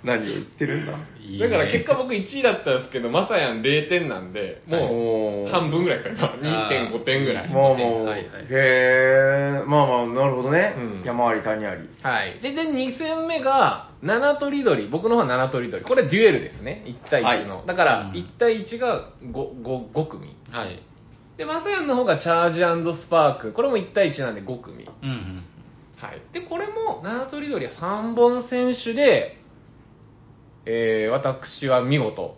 何を言ってるんだ。
いいね
だから結果僕1位だったんですけど、マサヤン0点なんで、も
お
う
ー
半分ぐらいですかね。2.5点ぐらい。
まあもう、
はいはい
へえ、まあまあ、なるほどね。
うん
山あり谷あり。
はい。で、で、2戦目が、7とりどり、僕の方は7とりどり。これデュエルですね。1対1の。
は
だから
う、ん
1対1が 5, 5, 5組。
はい。
で、マサヤンの方がチャージスパーク。これも1対1なんで5組。
うんうん。
はい。で、これも7とりどりは3本選手で、えー、私は見事、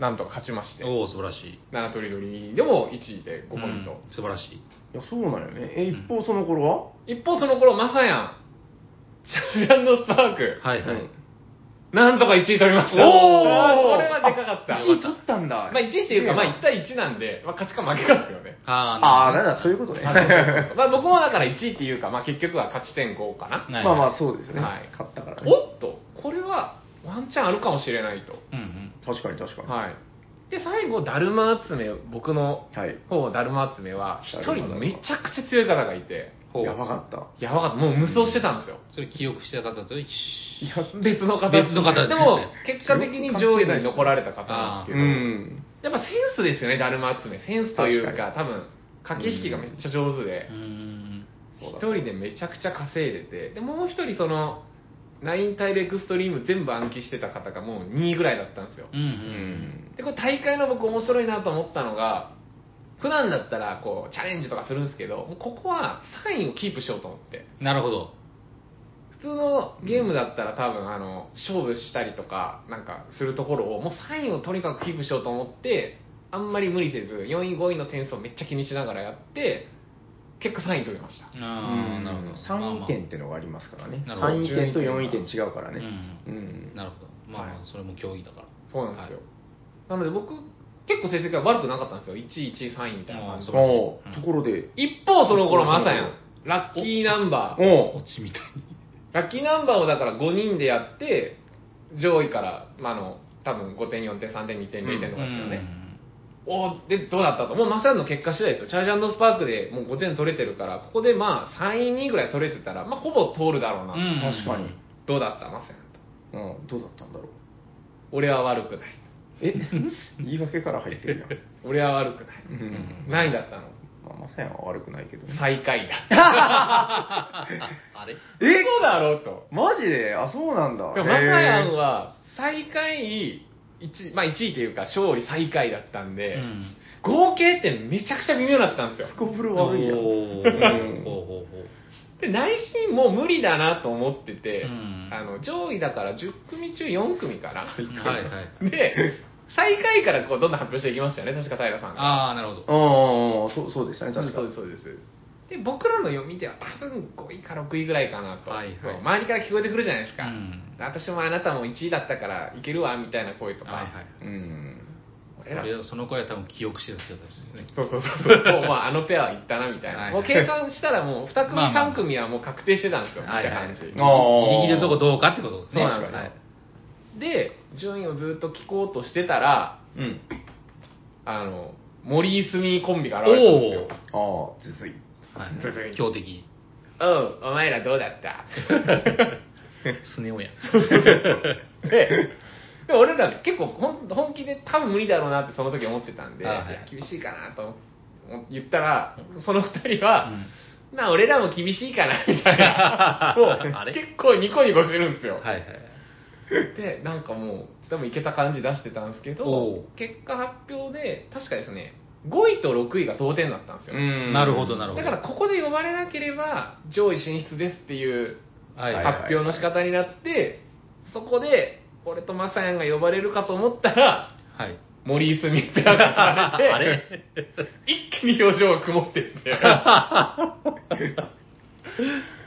なんとか勝ちまして、
おお素晴らしい。
7とりどりでも1位で5ポイント。
うん素晴らしい。
いや、そうなんよね。え、一方その頃
一方その頃、マサヤン、チャージスパーク、
はいはい。
なんとか1位取りま
は
した。
ー
あーこれはでかかった。
1位取ったんだ。
まあ1位っていうか、まあ1対1なんで、まあ勝ちか負けかですよ ね。
あ
あー、なんだ、そういうことね。
まあ僕もだから1位っていうか、まあ結局は勝ち点5かな。
ま
まあま
あ。
あ、そうですよね。
はい
勝ったからね。
おっと、これはワンチャンあるかもしれないと。
うんうん。
確かに確かに。
はい。で、最後、だるま集め、僕の
はい。
方、だるま集めは、一人めちゃくちゃ強い方がいて、
ほう
やばかった。
やばかった。もう無双してたんですよ。
それ記憶してた方と一緒。
いや、
別の方
別の方ですね
でも、結果的に上位に残られた方なんです
う
けど、
ん。
やっぱセンスですよね、だるま集め。センスというか、多分、駆け引きがめっちゃ上手で
うー、ん。
そう
一
だ
人でめちゃくちゃ稼いでて、で、もう一人その、ナインタイルエクストリーム全部暗記してた方がもう2位ぐらいだったんですよ。
うんう。
うんん。
で、これ大会の僕面白いなと思ったのが、普段だったらこう、チャレンジとかするんですけど、もうここはサインをキープしようと思って。
なるほど。
普通のゲームだったら多分あの勝負したりとかなんかするところをもうサインをとにかくキープしようと思ってあんまり無理せず4位5位の点数をめっちゃ気にしながらやって結果3位取りました
あ
う
あ、
ん
なるほど。
3位点ってのがありますからね。
なるほど
3位点と4位点違うか
まあま
ら
あ
ね。う
うんん。。なるほど。まあまあ、それも競技だから。
そうなんですよ、なので僕結構成績は悪くなかったんですよ1位1位3位みたいな感じ
あ
で
ー
お
うん
ーところで、
一方その頃まさやんラッキーナンバー
お
落ちみたい
ラッキーナンバーをだから5人でやって上位から、まあ、あの多分5点4点3点2点0点と
な。
かですよね、おーで、どうだったと。もうまさにの結果次第ですよ。チャージャンスパークでもう5点取れてるから、ここでまあ3位2位ぐらい取れてたら、まあほぼ通るだろうな。
うん。
確かに
どうだったまさにと。
うん、どうだったんだろう。
俺は悪くない。
え言い訳から入ってる
俺は悪くない。
やん。うん。
何位だったの
まあ、まさやんは悪くないけどね。
最下位だ。
あれ
え
そうだろうと。
マジであ、そうなんだ。
でもまさやん
へ
は最下位、一まあ1位というか勝利最下位だったんで、
うん。
合計点めちゃくちゃ微妙だったんで
ー
すよ。
すこぶる悪いやん。
お
うん
ーほうほうほう。
で内心もう無理だなと思ってて、
うん
あの上位だから10組中4組かな。
はいはい。
で、最下位からこうどんどん発表していきましたよね、確か平さんが。
ああ、なるほど。
ああ、そう、そうでしたね、
そうで
確
す、
か
そうです、そうです。で、僕らの読みでは多分5位か6位ぐらいかなと。
はいはい
こう周りから聞こえてくるじゃないですか。
うん
私もあなたも1位だったからいけるわ、みたいな声とか。
はいはい。
うん。
こ
そ
れな
れをその声は多分記憶してたってことですね。
そうそうそうそう。もうまああのペアはいったなみたい
は
な。
い
もう計算したらもう2組
まあまあ
3組はもう確定してたんですよ。みた
はいい
な
はい。
感
ギリギ
じ
リ。
あ
の
ー
とこどうかってことですね。
そうなんですよ
はい
で、順位をずっと聞こうとしてたら、
うん。
あの、森井住コンビが現れたんですよ。
ああ、ずずい。
はい強敵。
おう、お前らどうだった
スネ夫や。
で、で俺ら結構ほん本気で多分無理だろうなってその時思ってたんで、
あはい
いや厳しいかなと言ったら、その二人は、まあ俺らも厳しいかなみた いなも
あ
う
れ
結構ニコニコしてるんですよ、
はいはい。
でなんかもう多分いけた感じ出してたんですけ
お
ど
う
結果発表で確かですね5位と6位が同点だったんですよ、
ん
なるほどなるほど。
だからここで呼ばれなければ上位進出ですっていう
はいはい。
発表の仕方になって、そこで俺とマサヤンが呼ばれるかと思ったら
はい。
森井澄ペアが呼
あ
ばれて
れ
一気に表情が曇ってって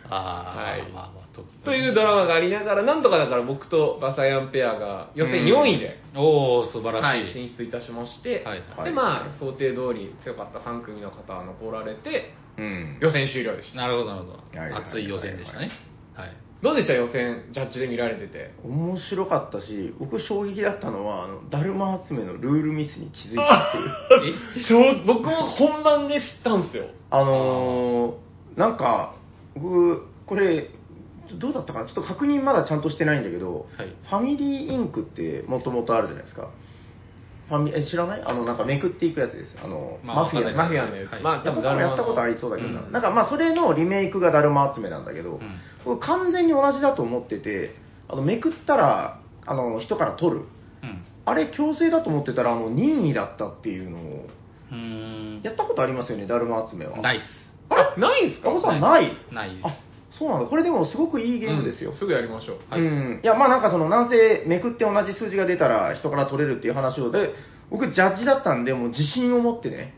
あ
は
あ、
い
まあまあ、時々
というドラマがありながらなんとかだから僕とマサヤンペアが予選4位で、
おお素晴ら
は
し
い
い。
進出いたしまして、
はい
はい
でまあ想定通り強かった3組の方は残られて
うん。
予選終了でした
なるほど、なるほ
はいはい
ど。熱い予選でしたね。はい。
どうでした予選ジャッジで見られて て
面白かったし、僕衝撃だったのは、あの、だるま集めのルールミスに気づいたっていう。
え
僕も本番で知ったんですよ
あのー、なんか、僕、これ、どうだったかなちょっと確認まだちゃんとしてないんだけど、
はい
ファミリーインクってもともとあるじゃないですか。ファミえ知らないあの、なんかめくっていくやつです。あの、
まあ
マフィア
わかん
の
ない
マフィアのやつ、
はい
まあ
多
多分
分
ダルマの
やったことありそうだけどな、
うん
なんかまあそれのリメイクがだるま集めなんだけど、
うん
僕完全に同じだと思っててあのめくったらあの人から取る
うん
あれ強制だと思ってたらあの任意だったっていうのを
うーん。
やったことありますよねだるま集めは
ナ
い
イス。
あれないんすか
岡本さんない
ないです。
あそうなんだこれでもすごくいいゲームですよ、
うんすぐやりましょう
はい
うん、いやまあなんかそのなんせめくって同じ数字が出たら人から取れるっていう話をで僕ジャッジだったんでもう自信を持ってね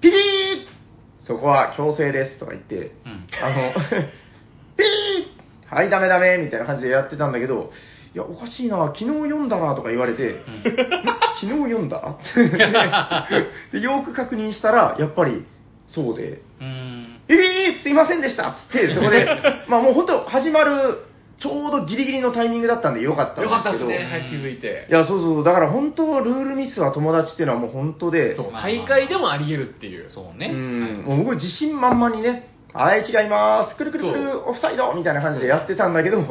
ピピーそこは強制ですとか言って
うん。
あの ピーはいダメダメみたいな感じでやってたんだけどいやおかしいな昨日読んだなとか言われて、昨日読んだ でよく確認したらやっぱりそうで
うーん。
えー、すいませんでしたっつって、そこ で、まあもう本当、始まる、ちょうどギリギリのタイミングだったんで、よかったん
よかった
で
です
け
す
ど、
ね、はい、気づいて
い。や、そうそう、だから本当、ルールミスは友達っていうのはもう本当で、
そう、
まあまあ
大会でもあり得るっていう。
そう
う
ね。
ん、もう僕、自信満々にね、はい、違います、くるくるく
そ
る、オフサイドみたいな感じでやってたんだけど、
うんうん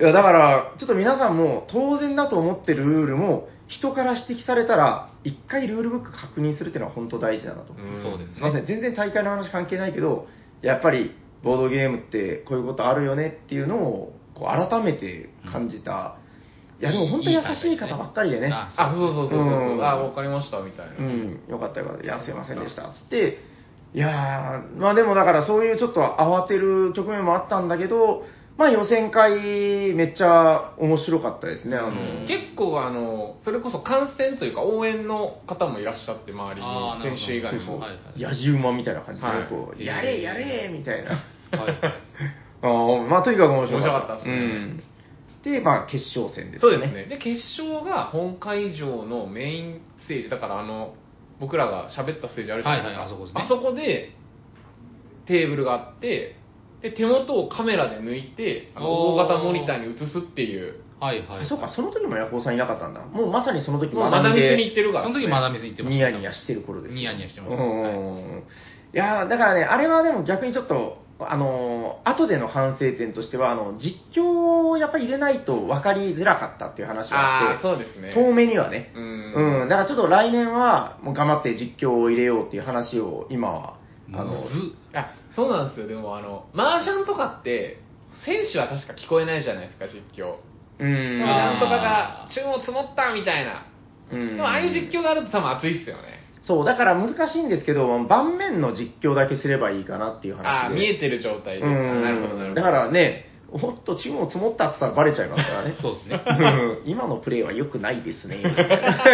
いや、だから、ちょっと皆さんも、当然だと思ってるルールも、人から指摘されたら、一回ルールブック確認するっていうのは本当大事だなと。
うん
そうです
すいません、全然大会の話関係ないけど、やっぱりボードゲームってこういうことあるよねっていうのをこう改めて感じた、いや、でも本当に優しい方ばっかりでね、
あ
あ、そうそうそうそうそう
う。ん
あ、わかりました、みたいな。
うん、よかったよかった、いや、すいませんでしたっつって、いやー、まあでもだから、そういうちょっと慌てる局面もあったんだけど、まあ予選会、めっちゃ面白かったですね、あの、
うん
結構、あの、それこそ観戦というか応援の方もいらっしゃって、周り
あーなるほど
に、選手以外
そうそう
も。
はい
やじ馬みたいな感じでね、
はい
こう、
へー
やれやれみたいな。
はい
あーまあ、とにかく面白かった。
面白かったですね
うん。で、まあ、決勝戦ですね。
そうですね。で、決勝が本会場のメインステージ、だからあの、僕らが喋ったステージあるじゃないです
はい
か。
はいあそこですね
あそこで、テーブルがあって、で、手元をカメラで抜いて、あの
お
大
ー
型モニターに映すっていう。
はいはい。
あそうか、その時もヤコウさんいなかったんだ。もうまさにその時
もうまだ見
で
に行ってるから
その
ですね、
時まだ水行ってまし
ニ
た
ヤ
けど。
ニヤしてる頃ですよ。
ニヤニヤしてました
うん。いやーだからね、あれはでも逆にちょっと、あのー後での反省点としては、あの、実況をやっぱり入れないと分かりづらかったっていう話があっ
ああ、
て、
そうですね。
遠目にはね、
う
うん、
ん。
だからちょっと来年は、もう頑張って実況を入れようっていう話を今は、あ
む、
の
ず
あそうなんですよ。でも、あの、麻雀とかって、選手は確か聞こえないじゃないですか、実況。
う
で
ん
も
あー。
なんとかが、注文積もったみたいな。
うん
でも、ああいう実況があると多分熱いっすよね。
そう、だから難しいんですけど、盤面の実況だけすればいいかなっていう話で。
ああ、見えてる状態で。あ
うん
なるほど、なるほど。
だからね、おっと、チームを積もったって言ったらバレちゃいますからね
そうですね。
うん今のプレーは良くないです ね。みたいな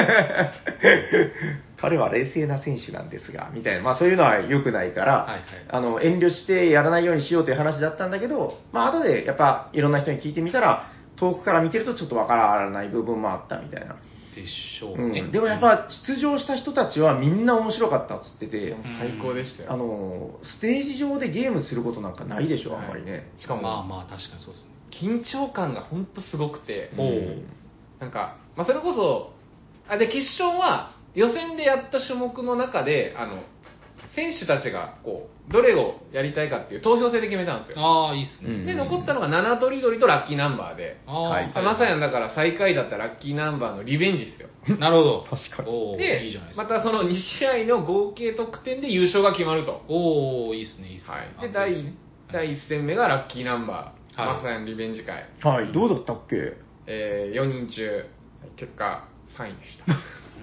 彼は冷静な選手なんですが、みたいな。まあそういうのは良くないから、
はいはい
あの、遠慮してやらないようにしようという話だったんだけど、まあ後でやっぱいろんな人に聞いてみたら、遠くから見てるとちょっとわからない部分もあったみたいな。
っでしょうね。
うん、でもやっぱ出場した人たちはみんな面白かったっつってて、
最高でしたよ。
あのステージ上でゲームすることなんかないでしょ、あんまりね。
しかも、
まあまあ確かにそうですね。
緊張感が本当すごくて、
おう
なんか、まあ、それこそ、あで決勝は予選でやった種目の中で、あの選手たちがこうどれをやりたいかっていう投票制で決めたんですよ。
ああ、いいっすね。
うん
で、残ったのが7とりどりとラッキーナンバーで、
ああ、
はい
まさやんだから最下位だったラッキーナンバーのリベンジですよ。
なるほ ど。
確かに
おお、
で
いいじゃないです
ま
か。
たその2試合の合計得点で優勝が決まると。
おお、いいっすね、いいっすね。
はい、で
あそう
第
すね
第1戦目がラッキーナンバー、
はい
まさやんリベンジ会、
はい、どうだったっけ
えー、4人中、結果3位で した。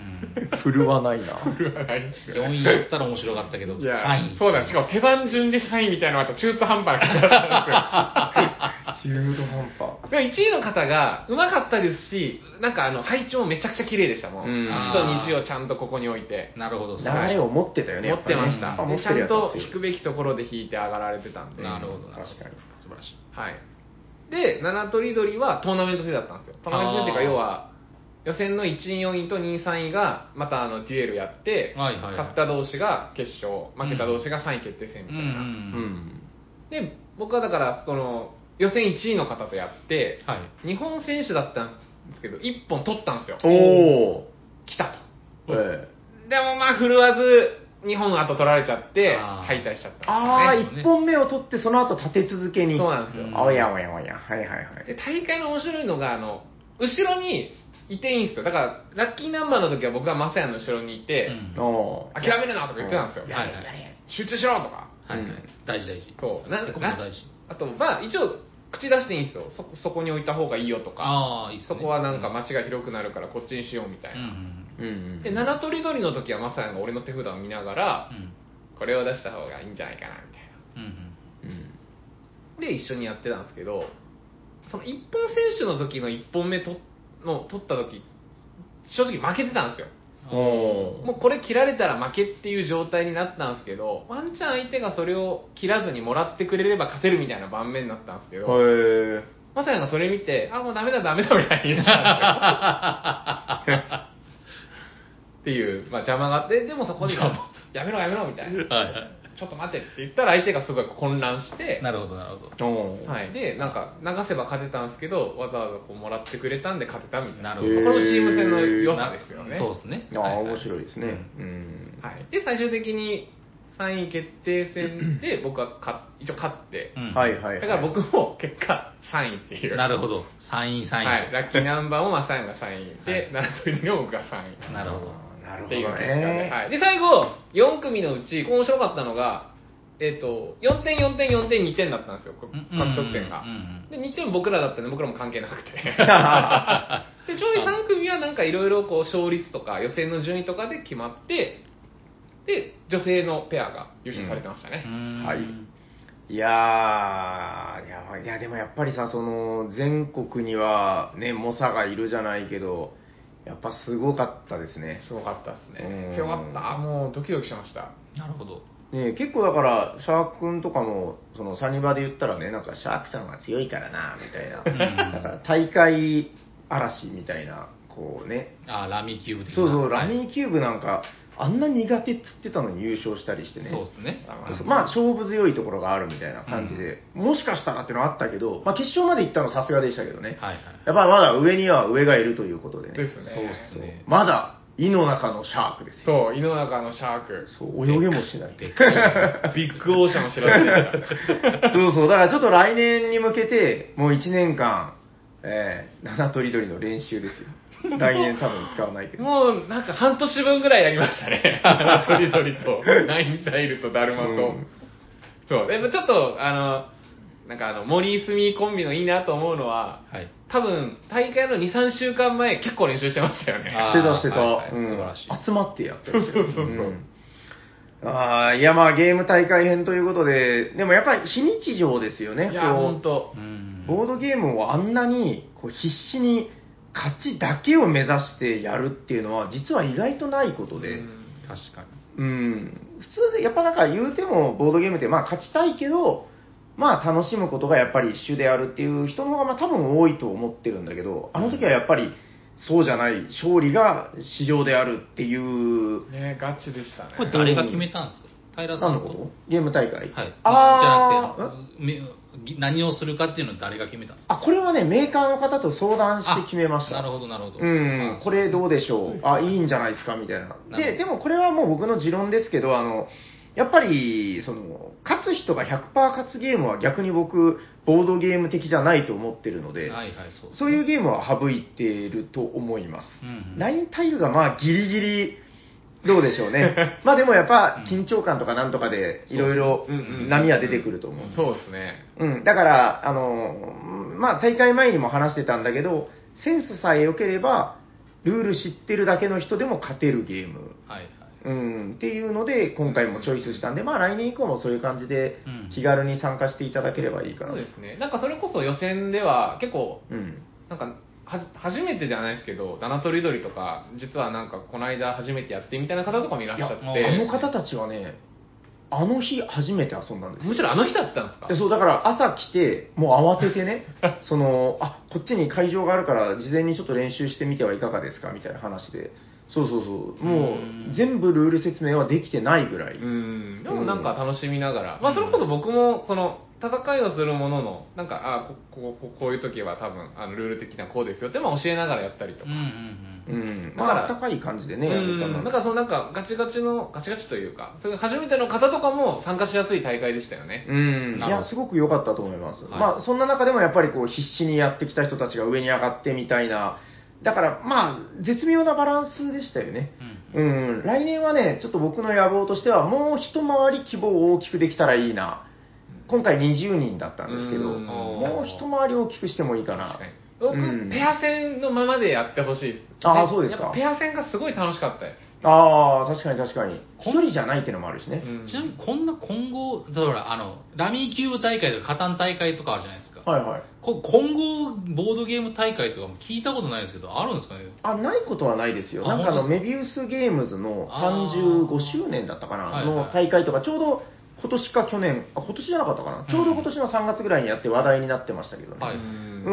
振るわないな。
うん、4位だったら面白かったけど、
いや
3位。
そうだ、しかも手番順で3位みたいなのがあった中途半端な方 だったんですよ。
中途半端。
でも1位の方がうまかったですし、なんかあの配置もめちゃくちゃ綺麗でしたもん。
うん
足と西をちゃんとここに置いて、
なるほど、
流れを持ってたよね、
持ってました。
やっぱね
でちゃんと引く
やっ
べきところで引いて上がられてたんで。
なるほど、なるほど
確かに
素晴らしい。
はい。で、七とりどりはトーナメント制だったんですよ。トーナメント制っていうか、
あー
要は、予選の1位、4位と2位、3位が、またあの、デュエルやって、
はいはいはい
勝った同士が決勝、負けた同士が3位決定戦み
う
た
ん
いな。
ぱ
うん、
で僕はだからその予選1位の方とやって、
はい。
日本選手だったんですけど1本取ったんですよ
うん。おお。
来た
ええ
とでもまあ振るわず2本あと取られちゃって
あー
敗退しちゃった
ああ、
ね
一本目を取って、その後立て続けに。
そうなんですよ
あおやおやおや。はいはいは
で
い。
大会の面白いのがあの後ろにいていいんですよだからラッキーナンバーの時は僕はマサヤの後ろにいて、
うん
おー
諦めるなとか言ってたんですよ、
はい
やれやれ
集中しろとか
はいはい
うん
大事大事。
そうな
そこも
な
大事。
あとまあ一応口出していいんですよそそこに置いた方がいいよとか
ああ、いいっすね。
そこはなんか間違い広くなるからこっちにしようみたい
うん
な、
うんうん
で七とりどりの時はまさやんが俺の手札を見ながら、
うん。
これを出した方がいいんじゃないかなみたい
うん。うん。
うん
なで一緒にやってたんですけどその一本選手の時の1本目との取った時正直負けてたんですよ
おー
もうこれ切られたら負けっていう状態になったんですけどワンチャン相手がそれを切らずにもらってくれれば勝てるみたいな盤面になったんですけど、
へえ。
まさやんがそれ見てあもうダメだダメだみたいに言ってたんですよっていう、まあ、邪魔があってでもそこで
邪魔
やめろやめろみたいな
はいはい。
ちょっと待てって言ったら相手がすごい混乱して、
なるほど、なるほど。
おお。
はい、で、なんか流せば勝てたんですけど、わざわざこうもらってくれたんで勝てたみたいな。
なる
こ
ほ
れ
ど
もチーム戦の良さですよね。
そうですね。
ああ、面
い。
白いですね。うん。
はい、で、最終的に3位決定戦で僕は勝っ一応勝って、
うん
はいはいはい。
だから僕も結果3位っていう。
なるほど。3位、3位。
はい、ラッキーナンバーもマサヤンが3位
はい
で、7とりの僕が3位。
なるほど。
なる
っ
ほ
て
ど
いう結果で,、
ね。
はい、で最後4組のうちここ面白かったのが、えっと4点4点4点2点だったんですよこ
うん
獲得点が
うんうん
で2点僕らだったんで僕らも関係な くてで上位3組はなんかいろいろこう勝率とか予選の順位とかで決まってで女性のペアが優勝されてましたね、
うん
はいいやー、やばい。いや、でもやっぱりさ、その、全国にはね、猛者がいるじゃないけど、やっぱすごかったですね。
すごかったです
う
ね
ん
強かったもうドキドキしました
なるほど。
ね結構だから、シャーク君とかも、その、サニバで言ったらね、なんか、シャークさんは強いからな、みたいな。
ん
なんか、大会嵐みたいな、こうね。
ああ、ラミーキューブ的な。
そうそう、ラ
ー
ミーキューブなんか、あんな苦手っつってたのに優勝したりしてね。
そうですね。
まあ勝負強いところがあるみたいな感じで、もしかしたらっていうのはあったけど、まあ、決勝まで行ったのさすがでしたけどね、
はいはい。
やっぱまだ上には上がいるということでね、
ですね
そうですね。
まだ胃の中のシャークですよ、
そう井の中のシャーク
そう泳げもしない、
でっかい。
ビッグオーシャンの知らせでした
そうそう、だからちょっと来年に向けて、もう1年間、えー、七とりどりの練習ですよ、来年多分使わないけど。
もうなんか半年分ぐらいやりまし たね。ラトリドリと、ナインタイルとダルマと。
うん
そう。でもちょっと、あの、なんかあの、森住コンビのいいなと思うのは、
はい。
多分、大会の2、3週間前、結構練習してましたよね。
あ
してたしてた、
はいはい
うん
素晴らしい
集まってやってる
そうそうそう
あーいやまあゲーム大会編ということででもやっぱり非日常ですよね
いや、
こう
ほんと
う。ん。
ボードゲームをあんなにこう必死に勝ちだけを目指してやるっていうのは実は意外とないことで、
うん
確かに。
うん、普通でやっぱなんか言うてもボードゲームってまあ勝ちたいけど、まあ楽しむことがやっぱり一種であるっていう人の方がまあ多分多いと思ってるんだけど、あの時はやっぱりそうじゃない、勝利が市場であるっていう、
ねガチでしたね
これ誰が決めたんですか平さ
何
ん
の
の
こ
こと
とゲーム大会
はい。
あ
じゃ
ー
なくてめぎ、何をするかっていうのは誰が決めたんですか
あ、これはね、メーカーの方と相談して決めました。
なるほど、なるほど。
うん、これどうでしょう、あ、いいんじゃないですかみたいな。
なるほ
で、
ど
でもこれはもう僕の持論ですけど、あの、やっぱり、その、勝つ人が100%勝つゲームは逆に僕、ボードゲーム的じゃないと思ってるので、
はいはい、そう。
そういうゲームは省いていると思います。
うんうん
ラインタイルがまあギリギリ、どうでしょうね。まあでもやっぱ緊張感とかなんとかでいろいろ
そうですねうんうん
波は出てくると思う。
そうですね
うん、だから、あの、まあ、大会前にも話してたんだけど、センスさえ良ければ、ルール知ってるだけの人でも勝てるゲーム。
はいはい。
うん、っていうので、今回もチョイスしたんで、まあ、来年以降もそういう感じで
うん、
気軽に参加していただければいいかな
そう。ですねなんかそれこそ予選では結構
うん。
なんかは初めてじゃないですけどダナとリドリとか実はなんかこの間初めてやってみたいな方とかもいらっしゃっ
いやもう
あの
て
方たちはね、あの日初めて遊んだんですよ
むしろあの日だったんですか
でそうだから朝来て、もう慌ててね、そのあこっちに会場があるから、事前にちょっと練習してみてはいかがですかみたいな話で、そうそうそ
う
う、も
ん
う全部ルール説明はできてないぐらい、
うんでもなんか楽しみながら、まあ、それこそ僕もその戦いをするもののなんかあここここういう時は多分あのルール的なこうですよってまあ教えながらやったりと
うん
か、
うんうん。
うん、
だか
ま
ら
あ、暖かい感じで
う
ね、やれた
ん、
な
なんかそのなんかガチガチのガチガチというかそういう初めての方とかも参加しやすい大会でしたよね、
うん、い
なるほ
や、
ど
すごく良かったと思います。
はい
まあ、そんな中でもやっぱりこう、必死にやってきた人たちが上に上がってみたいな、だから、まあ、絶妙なバランスでしたよね。
うん
うん、来年はね、ちょっと僕の野望としては、もう一回り規模を大きくできたらいいな。今回20人だったんですけど、
うん
もう一回り大きくしてもいいかな
確か。に僕、
うん
ペア戦のままでやってほしいです
あーそうですか
やっぱペア戦がすごい楽しかったで
ああ、確かに確かに。一人じゃないっていうのもあるしね
す、。うん
ちなみにこんな混合、だからあの、ラミーキューブ大会とかカタン大会とかあるじゃないですか。
はいはい。
こ混合ボードゲーム大会とかも聞いたことないですけど、あるんですかね
あ、ないことはないですよ。
あ
なんかあの、
本当で
メ
す
ビウスゲームズの
あ
35
ー
周年だったかな、
はいはい
の大会とか、ちょうど今年か去年、あ、今年じゃなかったかな、
ん
ちょうど今年の3月ぐらいにやって話題になってましたけどね。
はいう
う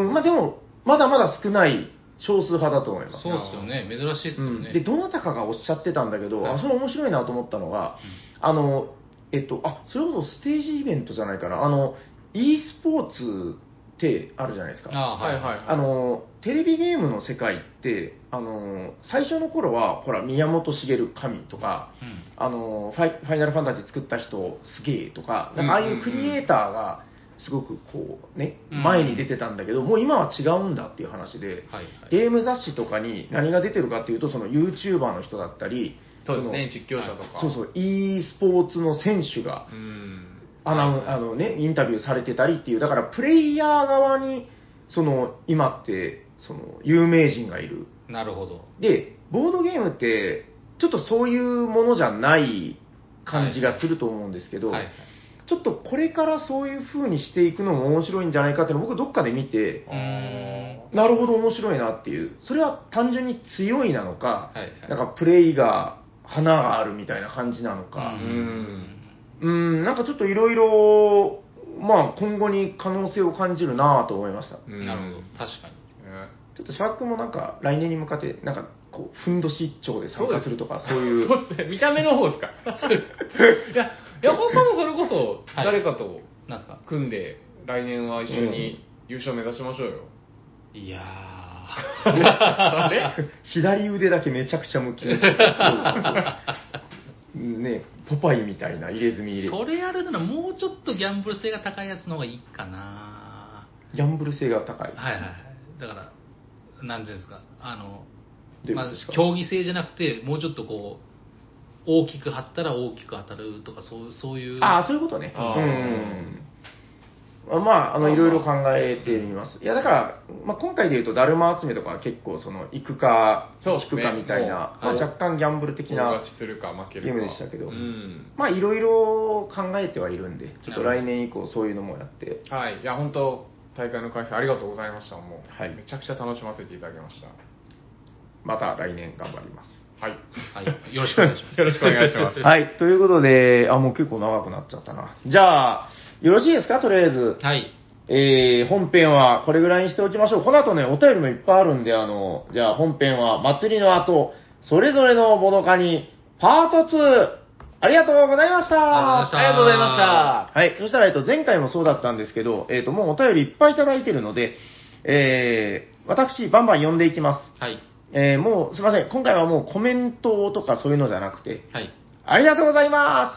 んん、まあでも、まだまだ少ない少数派だと思います。
そうですよね。珍しいですよ
うん
ね。
でどなたかがおっしゃってたんだけど、
はい
あそれ面白いなと思ったのが、あのえっとあそれこそステージイベントじゃないかなあの e スポーツってあるじゃないですかあ
ああ、はい
はいはい
のテレビゲームの世界ってあの最初の頃はほら宮本茂神とか
うん
あのファイファイナルファンタジー作った人すげえとかなんかああい
んうんう
うんクリエイターがすごくこうね
うん
前に出てたんだけど、もう今は違うんだっていう話で、
はいはい。
ゲーム雑誌とかに何が出てるかっていうと、その YouTuber の人だったり、
そうですね実況者とか、
そのそうそう、e スポーツの選手が
うん
あのあの、ね、インタビューされてたりっていう、だからプレイヤー側に、その今ってその有名人がいる。
なるほど。
で、ボードゲームって、ちょっとそういうものじゃない感じがすると思うんですけど、
はいはい。
ちょっとこれからそういう風にしていくのも面白いんじゃないかっていうのを僕どっかで見て、
うーん
なるほど面白いなっていう、それは単純に強いなのか、
はいはい。
なんかプレイが花があるみたいな感じなのか
う、
うんん。
うん、なんかちょっといろいろ、まあ今後に可能性を感じるなぁと思いました。
うん
なるほど。確かに。
うん
ちょっとシャークもなんか来年に向かって、なんかこう、ふんどし一丁で参加するとか、そういう。
そうですね見た目の 方ですかいや山本さんもそれこそ
はい
誰かと
なんすか
組んで来年は一緒に優勝目指しましょうよ、
いや
左腕だけめちゃくちゃ 向き。ねポパイみたいな入れ墨入
ー、
れ。
それやるならもうちょっとギャンブル性が高いやつの方がいいかな
ギャンブル性が高い。
はいはいはい。だから、なんていうんですか、あの、
どういう
ま
こと
あ
ですか、
競技性じゃなくて、もうちょっとこう、大きく張ったら大きく当たるとか、そうそういう。
ああ、そういうことね。
あ
う
ー
ん。まあ、あの、いろいろ考えてみます。いや、だから、まあ、今回で言うと、だるま集めとかは結構、その、行くか、
そうです
引
ね
くかみたいな、
もう
まあ、若干ギャンブル 的
大
な
勝、ちするか負けるか
ゲームでしたけど
うん
まあ、いろいろ考えてはいるんで、ちょっと来年以降、そういうのもやって。
はいいや本当大会の開催ありがとうございましたもう、
はい
めちゃくちゃ楽しませていただきました
また来年頑張ります。
はい
はい、よろしくお願いします。
よろしくお願いします
はい、ということで、あ、もう結構長くなっちゃったな。じゃあ、よろしいですか、とりあえず。
はい。
えー、本編はこれぐらいにしておきましょう。この後ね、お便りもいっぱいあるんで、あの、じゃあ本編は祭りの後、それぞれのボドカに、パート2、ありがとうございました。
ありがとうございました。
はい。そしたら、えっと、前回もそうだったんですけど、えっと、もうお便りいっぱいいただいてるので、えー、私、バンバン読んでいきます。
はい。
えー、もう、すいません。今回はもうコメントとかそういうのじゃなくて、
はい。
ありがとうございま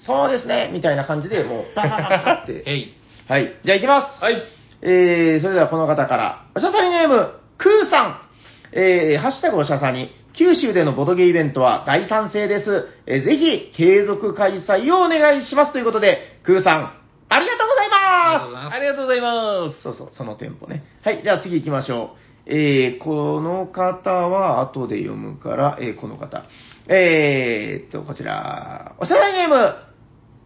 すそうですねみたいな感じで、もう、パパパパパって。
えい。
はい。じゃあ行きます
はい。
えー、それではこの方から、おしゃさりネーム、クーさん。えー、ハッシュタグおしゃさに、九州でのボドゲイベントは大賛成です。えー、ぜひ、継続開催をお願いしますということで、クーさん、ありがとうござい
ありがとうご
ま
ざいま
す
す。
ありがとうございます。
そうそう、その店舗ね。はい、じゃあ次行きましょう。えー、この方は後で読むから、えー、この方。えーっと、こちら、おしゃさりネーム、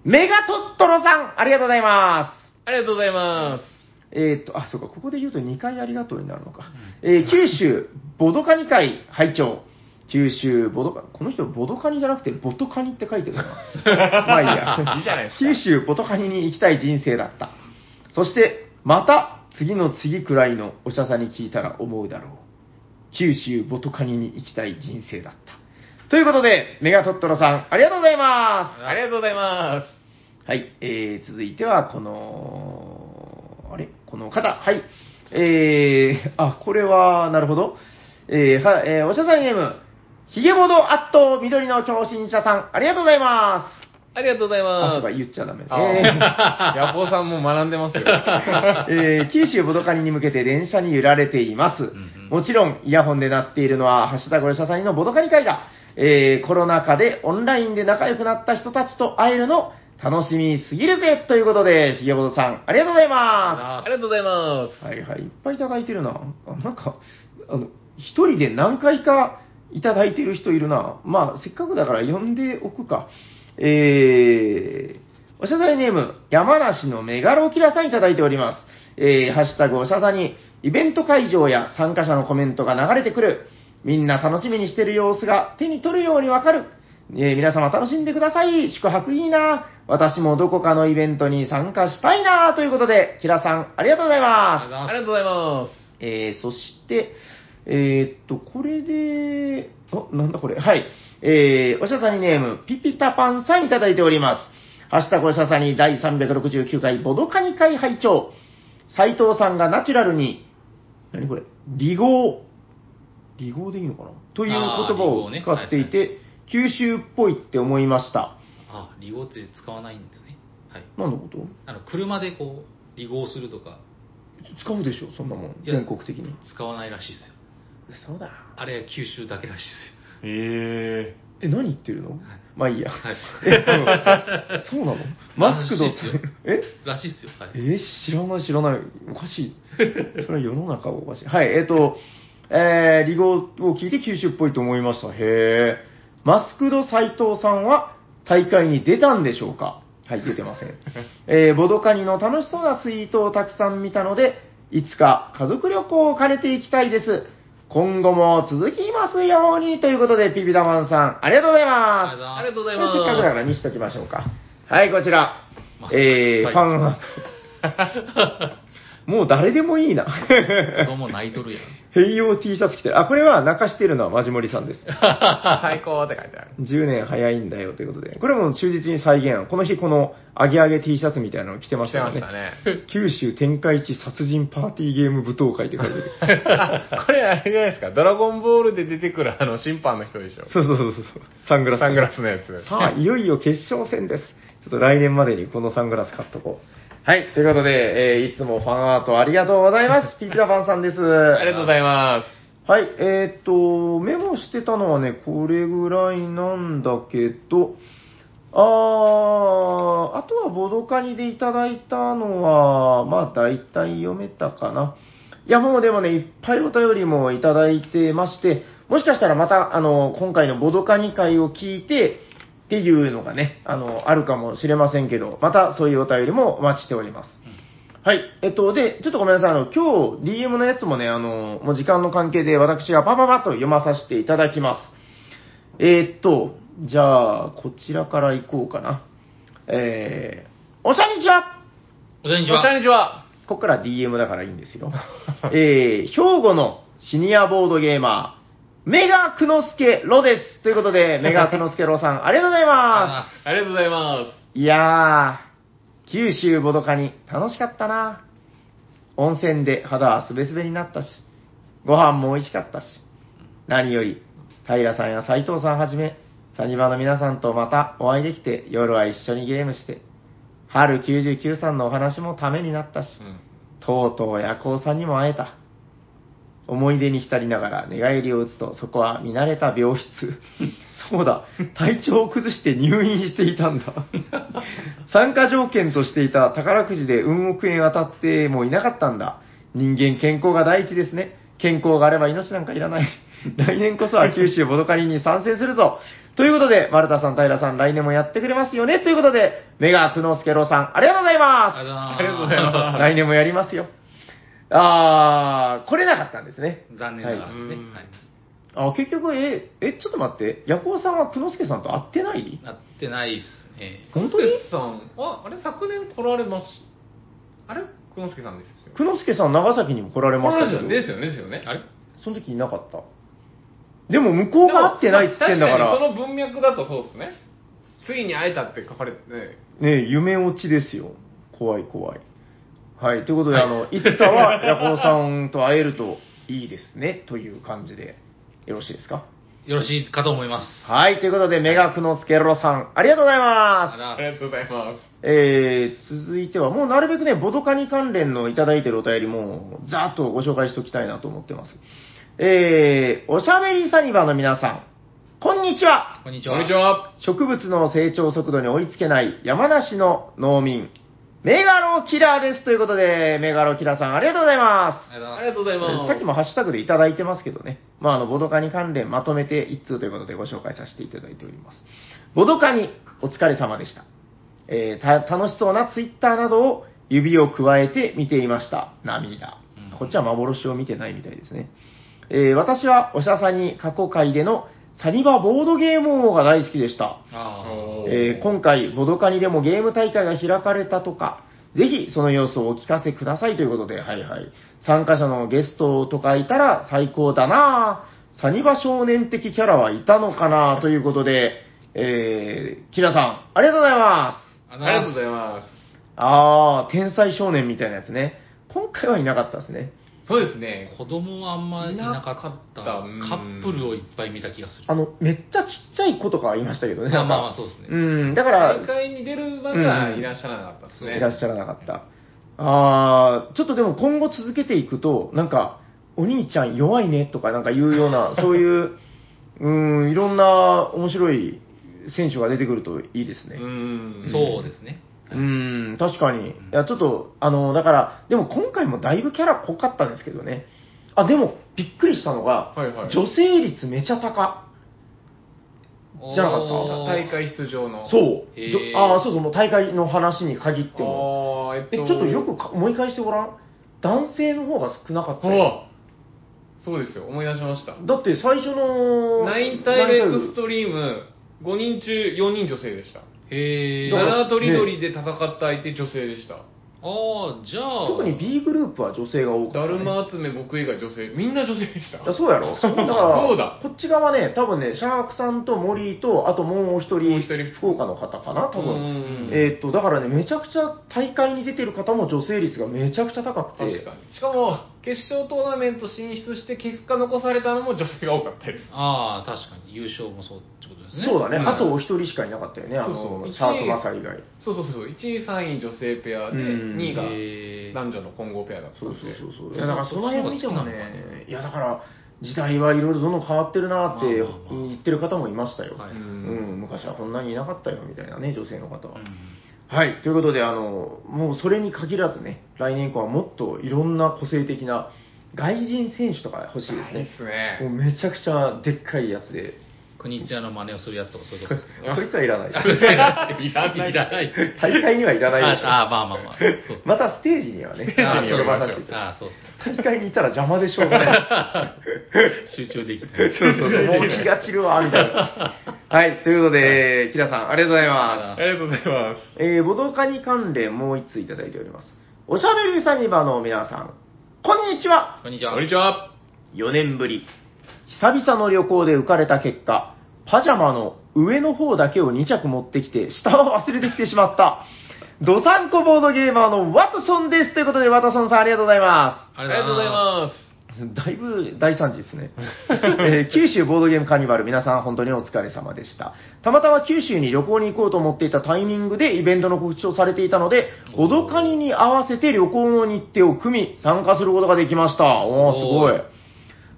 メガトットロさん、ありがとうございます。
ありがとうございます。
えーっと、あ、そうか、ここで言うと2回ありがとうになるのか。えー九州、ボドカニ会会長。九州、ボドカ、この人、ボドカニじゃなくて、ボトカニって書い てるな。まあいいや。
いいじゃないですか
九州、ボトカニに行きたい人生だった。そして、また、次の次くらいのおしゃさに聞いたら思うだろう。九州、ボトカニに行きたい人生だった。ということで、メガトットロさん、ありがとうございます。
ありがとうございま
はい、えー、続いては、この、あれこの方、はい。えー、あ、これは、なるほど。えー、は、えー、おしゃさんゲーム、ひげぼどアット緑の狂信者さん、ありがとうございます。
す。ありがとうござい
あ、そう
ま
か、
す。
言っちゃダメだね。
あー ヤポーさんも学んでますよ。
えー、九州ボドカニに向けて電車に揺られています。
んうん
もちろん、イヤホンで鳴っているのは、ハッシュタグおしゃさんのボドカニ会だ。えー、コロナ禍でオンラインで仲良くなった人たちと会えるの、楽しみすぎるぜということで、ひげぼどさん、ありがとうございま
ありがとうございます
す。。はいはい、いっぱいいただいてるな。あなんか、あの、一人で何回かいただいてる人いるな。まあ、せっかくだから呼んでおくか。えー、おしゃさりネーム、山梨のメガロキラさんいただいております。えー、ハッシュタグおしゃさに、イベント会場や参加者のコメントが流れてくる。みんな楽しみにしてる様子が手に取るようにわかる。えー皆様楽しんでください。宿泊いいな。私もどこかのイベントに参加したいな。ということで、キラさん、ありがとうございます。
あ
ありがとうございます。
えーそして、えーっと、これで、あ、なんだこれ、はい。えーおしゃさにネーム、ピピタパンさんいただいております。明日こしゃさに第369回ボドカニ会拝聴斉藤さんがナチュラルに、何これ、離合、離合でいいのかなという言葉を
あー離合ね
使っていて、九州っぽいって思いました。
あ、離合って使わないんですね。はい。
何のこと
あの、車でこう、離合するとか、
使うでしょ、そんなもん。
いや
全国的に。
使わないらしいですよ。
嘘だ。
あれは九州だけらしいですよ。
え
え、何言ってるのまあいいや。
はい。
えっと、そうなのマスクと
らしいっすよ、
え
らしいですよ。はい。
えー知らない知らない。おかしい。それは世の中がおかしい。はい、えっ、と、えー、離合を聞いて九州っぽいと思いました。へえ。マスクド斎藤さんは大会に出たんでしょうかはい、出てません。えー、ボドカニの楽しそうなツイートをたくさん見たので、いつか家族旅行を兼ねていきたいです。今後も続きますようにということで、ピピダマンさん、ありがとうございます。
ありがとうござい
これせっかくだか
ま
ら見しときましょうか。はい、こちら
マ。スク
えー、
臭い
ファンアート。もう誰でもいい な。
子供泣いとるやん。
併用 T シャツ着てる。あ、これは泣かしてるのはマジモリさんです。
す。最高って書いてある。
10年早いんだよということで。これも忠実に再現。この日このアゲアゲ T シャツみたいなの着てま
し
してた
ま
よ
し
ね。
たね。
九州天下一殺人パーティーゲーム舞踏会って書いてる。
あこれあれじゃないですか。ドラゴンボールで出てくるあの審判の人でしょ。
そうそうそうそう。サングラス。
サングラスのやつ。
さあ、いよいよ決勝戦です。ちょっと来年までにこのサングラス買っとこう。はい、ということで、えーいつもファンアートありがとうございます。ピピタパンさんです。
ありがとうございま
はい、えーっと、メモしてたのはね、これぐらいなんだけど、あー、あとはボドカニでいただいたのは、まあ大体読めたかな。いや、もうでもね、いっぱいお便りもいただいてまして、もしかしたらまた、あの、今回のボドカニ会を聞いて、っていうのがね、あの、あるかもしれませんけど、またそういうお便りもお待ちしております。はい。えっと、で、ちょっとごめんなさい。あの、今日 DM のやつもね、あの、もう時間の関係で私がパパパッと読まさせていただきます。えーっと、じゃあ、こちらから行こうかな。えー、おしゃにちは
こんに
す。
ちは。
にちは。
ここから DM だからいいんです よ。えー、兵庫のシニアボードゲーマー、メガクノスケロです。ということで、メガクノスケロさん、ありがとうございま。
ありがとうございます
いやー、九州ボドカニ、楽しかったな。温泉で肌はすべすべになったし、ご飯も美味しかったし、何より、平さんや斉藤さんはじめ、サニバの皆さんとまたお会いできて、夜は一緒にゲームして、春99さんのお話もためになったし、
す。うん
とうとう夜行さんにも会えた。思い出に浸りながら寝返りを打つと、そこは見慣れた病室。 そうだ、体調を崩して入院していたんだ。 参加条件としていた宝くじで運億円当たってもいなかったんだ。人間健康が第一ですね。健康があれば命なんかいらない。 来年こそは九州ボドカリに参戦するぞ。ということで、丸田さん、平さん、来年もやってくれますよね。ということで、メガ久之助郎さん、ありがとうございます。
あり がとうございます
ありがとうございます
来年もやりますよ。あー、来れなかったんですね。
残念ながら
は
で
い
すね。
うん
はい。
あ、結局、え、え、ちょっと待って、ヤコウさんは久之助さんと会ってない
なってないですね。
本当に
久之助さん、あ、あれ昨年来られます。あれ久之助さんですよ。
久之助さん長崎にも来られ
来
ま
ら
し
れ
た
ま
け
した
ど
よ、ねですよね、ですよね。
あれ
その時いなかった。でも向こうが会ってないっつってんだか
でも
ら、
確にその文脈だとそうですね。ついに会えたって書かれて、ね、
ね、夢落ちですよ。怖い怖い。はい、ということで、あの、 いつかはヤコウさんと会えるといいですね、という感じで、よろしいですか
よろしいかと思います。
はい、ということで、メガクノスケロさん、ありがとうございます。
あ
あ
ら
りがとうございます。
えー、続いては、もうなるべくね、ボドカニ関連のいただいてるお便りも、ざーっとご紹介しておきたいなと思ってます。えー、おしゃべりサニバの皆さん、こんにちは
こんにち
こ
は。
んにちは。
植物の成長速度に追いつけない山梨の農民、メガロキラーですということで、メガロキラーさんありがとうございます。
ありがとうござ
あり
い
がとうございます。
さっきもハッシュタグでいただいてますけどね、まあ、あのボドカニ関連まとめて1通ということでご紹介させていただいております。ボドカニ、お疲れ様でした。えーた楽しそうなツイッターなどを指をくわえて見ていました。涙
うん。
こっちは幻を見てないみたいですね。えー私はおしゃさに過去回でのサニバボードゲーム王が大好きでした。
ます。あ
おー
えー今回、ボドカニでもゲーム大会が開かれたとか、ぜひその様子をお聞かせくださいということで、はいはい。参加者のゲストとかいたら最高だなぁ。サニバ少年的キャラはいたのかなぁということで、えー、キラさん、ありがとうございます。
あ
ありがとうございます。
あー、天才少年みたいなやつね。今回はいなかったですね。
そうですね。
子供はあんまいなかった
いなかったうん
カップルをいっぱい見た気がする
あの、めっちゃちっちゃい子とかはいましたけどね。
まあ
なんか
まあまあそうですね
うん、だから、
大会に出るまではいらっしゃらなかったですね。
いらっしゃらなかった。あーちょっとでも今後続けていくと、なんか、お兄ちゃん弱いねとかなんか言うような、そういう、うーん、いろんな面白い選手が出てくるといいですね。
うん。
そうですね
うーん、確かに。いや、ちょっと、あの、だから、でも今回もだいぶキャラ濃かったんですけどね。あ、でも、びっくりしたのが、
はいはい
女性率めちゃ高。じゃなかった
おー
大会出場の。
そう
う。。
へー
じょあーそうそう、もう大会の話に限っても。
ああ、えっと。
え、ちょっとよくか思い返してごらん。男性の方が少なかったよ。
あそうですよ、思い出しました。
だって最初の。
ナインタイルエクス
ト。
トリーム、5人中4人女性でした。
へえ
だから
七とりどりで戦った相手、女性でした。
ああじゃあ
特に B グループは女性が多か
だ
った、
る
ね。
ま集め、僕以外女性、みんな女性でした。
だそうやろだから、
そうだ
こっち側ね、多分ね、シャークさんと森井と、あともう一
もう
人
一人、
福岡の方かな、多分。
うん
えーっと、だからね、めちゃくちゃ大会に出てる方も女性率がめちゃくちゃ高くて。
確かに。しかも、決勝トーナメント進出して、結果残されたのも女性が多かったです。
ああ確かに優勝もそうってことですね
そうだね、
うん
あとお一人しかいなかったよね、あの、
そうそう
シャークマサ以外。
そうそうそう、1位、3位女性ペアで、
うん
2位が
へー
男女の混合ペアだった
そ
ん
う
で。。
そうそうそう。
で
いやだからその辺見てもね、いやだから時代はいろいろどんどん変わってるなって
まあまあまあ
言ってる方もいましたよ。
はいう
うんん、昔はこんなにいなかったよみたいなね、女性の方は。
う
はい、ということで、あの、もうそれに限らずね、来年以降はもっといろんな個性的な外人選手とか欲しいです
いい
ね
っ。すね
もうめちゃくちゃでっかいやつで、
ん国津屋の真似をするやつとかそういうことですね
そいつはいらないです。
いらないいらない
大会にはいらないでしょ。
ああまあまあ まあそうですね
またステージにはね、
ああ
呼ばさせていただ
そうですね
いて大会にいたら邪魔でしょうがない。
集中できない
そうそうそう、もう気が散るわ、みたいな。はい、ということで、キラさん、ありがとうござい
あ
ま
り
ありがとうございます。
す。えー、ボドカニ関連もう一通いただいております。おしゃべりサニバの皆さん、 こんにちは
こんにちは。
こんにちは。
4年ぶり。久々の旅行で浮かれた結果、パジャマの上の方だけを2着持ってきて、下は忘れてきてしまった。ドサンコボードゲーマーのワトソンです。ということで、ワトソンさんありがとうございま。
ありがとうございます
だいぶ大惨事ですね、えー九州ボードゲームカーニバル、皆さん本当にお疲れ様でした。たまたま九州に旅行に行こうと思っていたタイミングでイベントの告知をされていたので、
おー
おどかにに合わせて旅行の日程を組み、参加することができました。おー、すご
お
い
ー。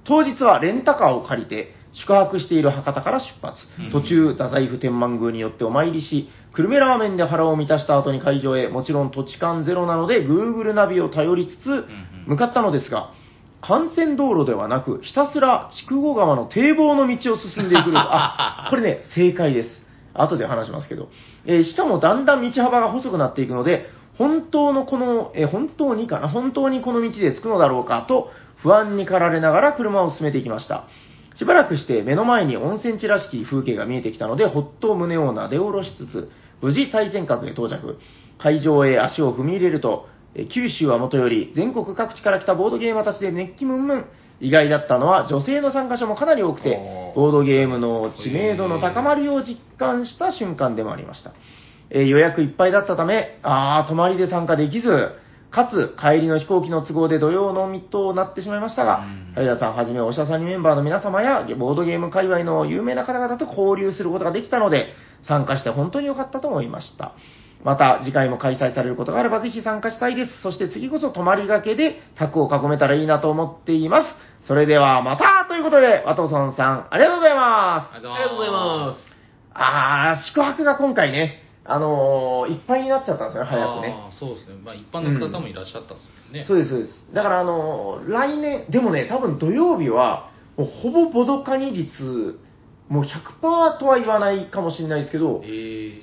当日はレンタカーを借りて、宿泊している博多から出発
うん。
途中、太宰府天満宮によってお参りし、久留米ラーメンで腹を満たした後に会場へ、もちろん土地勘ゼロなので、Google ナビを頼りつつ、向かったのですが、幹線道路ではなく、ひたすら筑後川の堤防の道を進んでいくルート。あ、これね、正解です。後で話しますけど。えーしかもだんだん道幅が細くなっていくので、本当のこの、えー本当にかな、本当にこの道で着くのだろうかと、不安に駆られながら車を進めていきました。しばらくして目の前に温泉地らしき風景が見えてきたので、ほっと胸をなで下ろしつつ、無事対戦閣へ到着。会場へ足を踏み入れると、え九州はもとより全国各地から来たボードゲーマーたちで熱気ムンムン。意外だったのは女性の参加者もかなり多くて
おー、
ボードゲームの知名度の高まりを実感した瞬間でもありました。えー予約いっぱいだったため、あー、泊まりで参加できず、かつ帰りの飛行機の都合で土曜のみとなってしまいましたが
うん、。
平さんはじめお医者さんにメンバーの皆様や、ボードゲーム界隈の有名な方々と交流することができたので、参加して本当に良かったと思いました。また次回も開催されることがあればぜひ参加したいです。そして次こそ泊まりがけで卓を囲めたらいいなと思っています。それではまたということで、ワトソンさん、ありがとうございます。
ありがとうございますす。
あー、宿泊が今回ね、あのーいっぱいになっちゃったんですよね、早くね。
あーそうですね。まあ一般の方もいらっしゃったんですよね。
そうです、そうです。だから、あの、来年、でもね、多分土曜日は、もうほぼボドカニ率、もう100%とは言わないかもしれないですけど、
え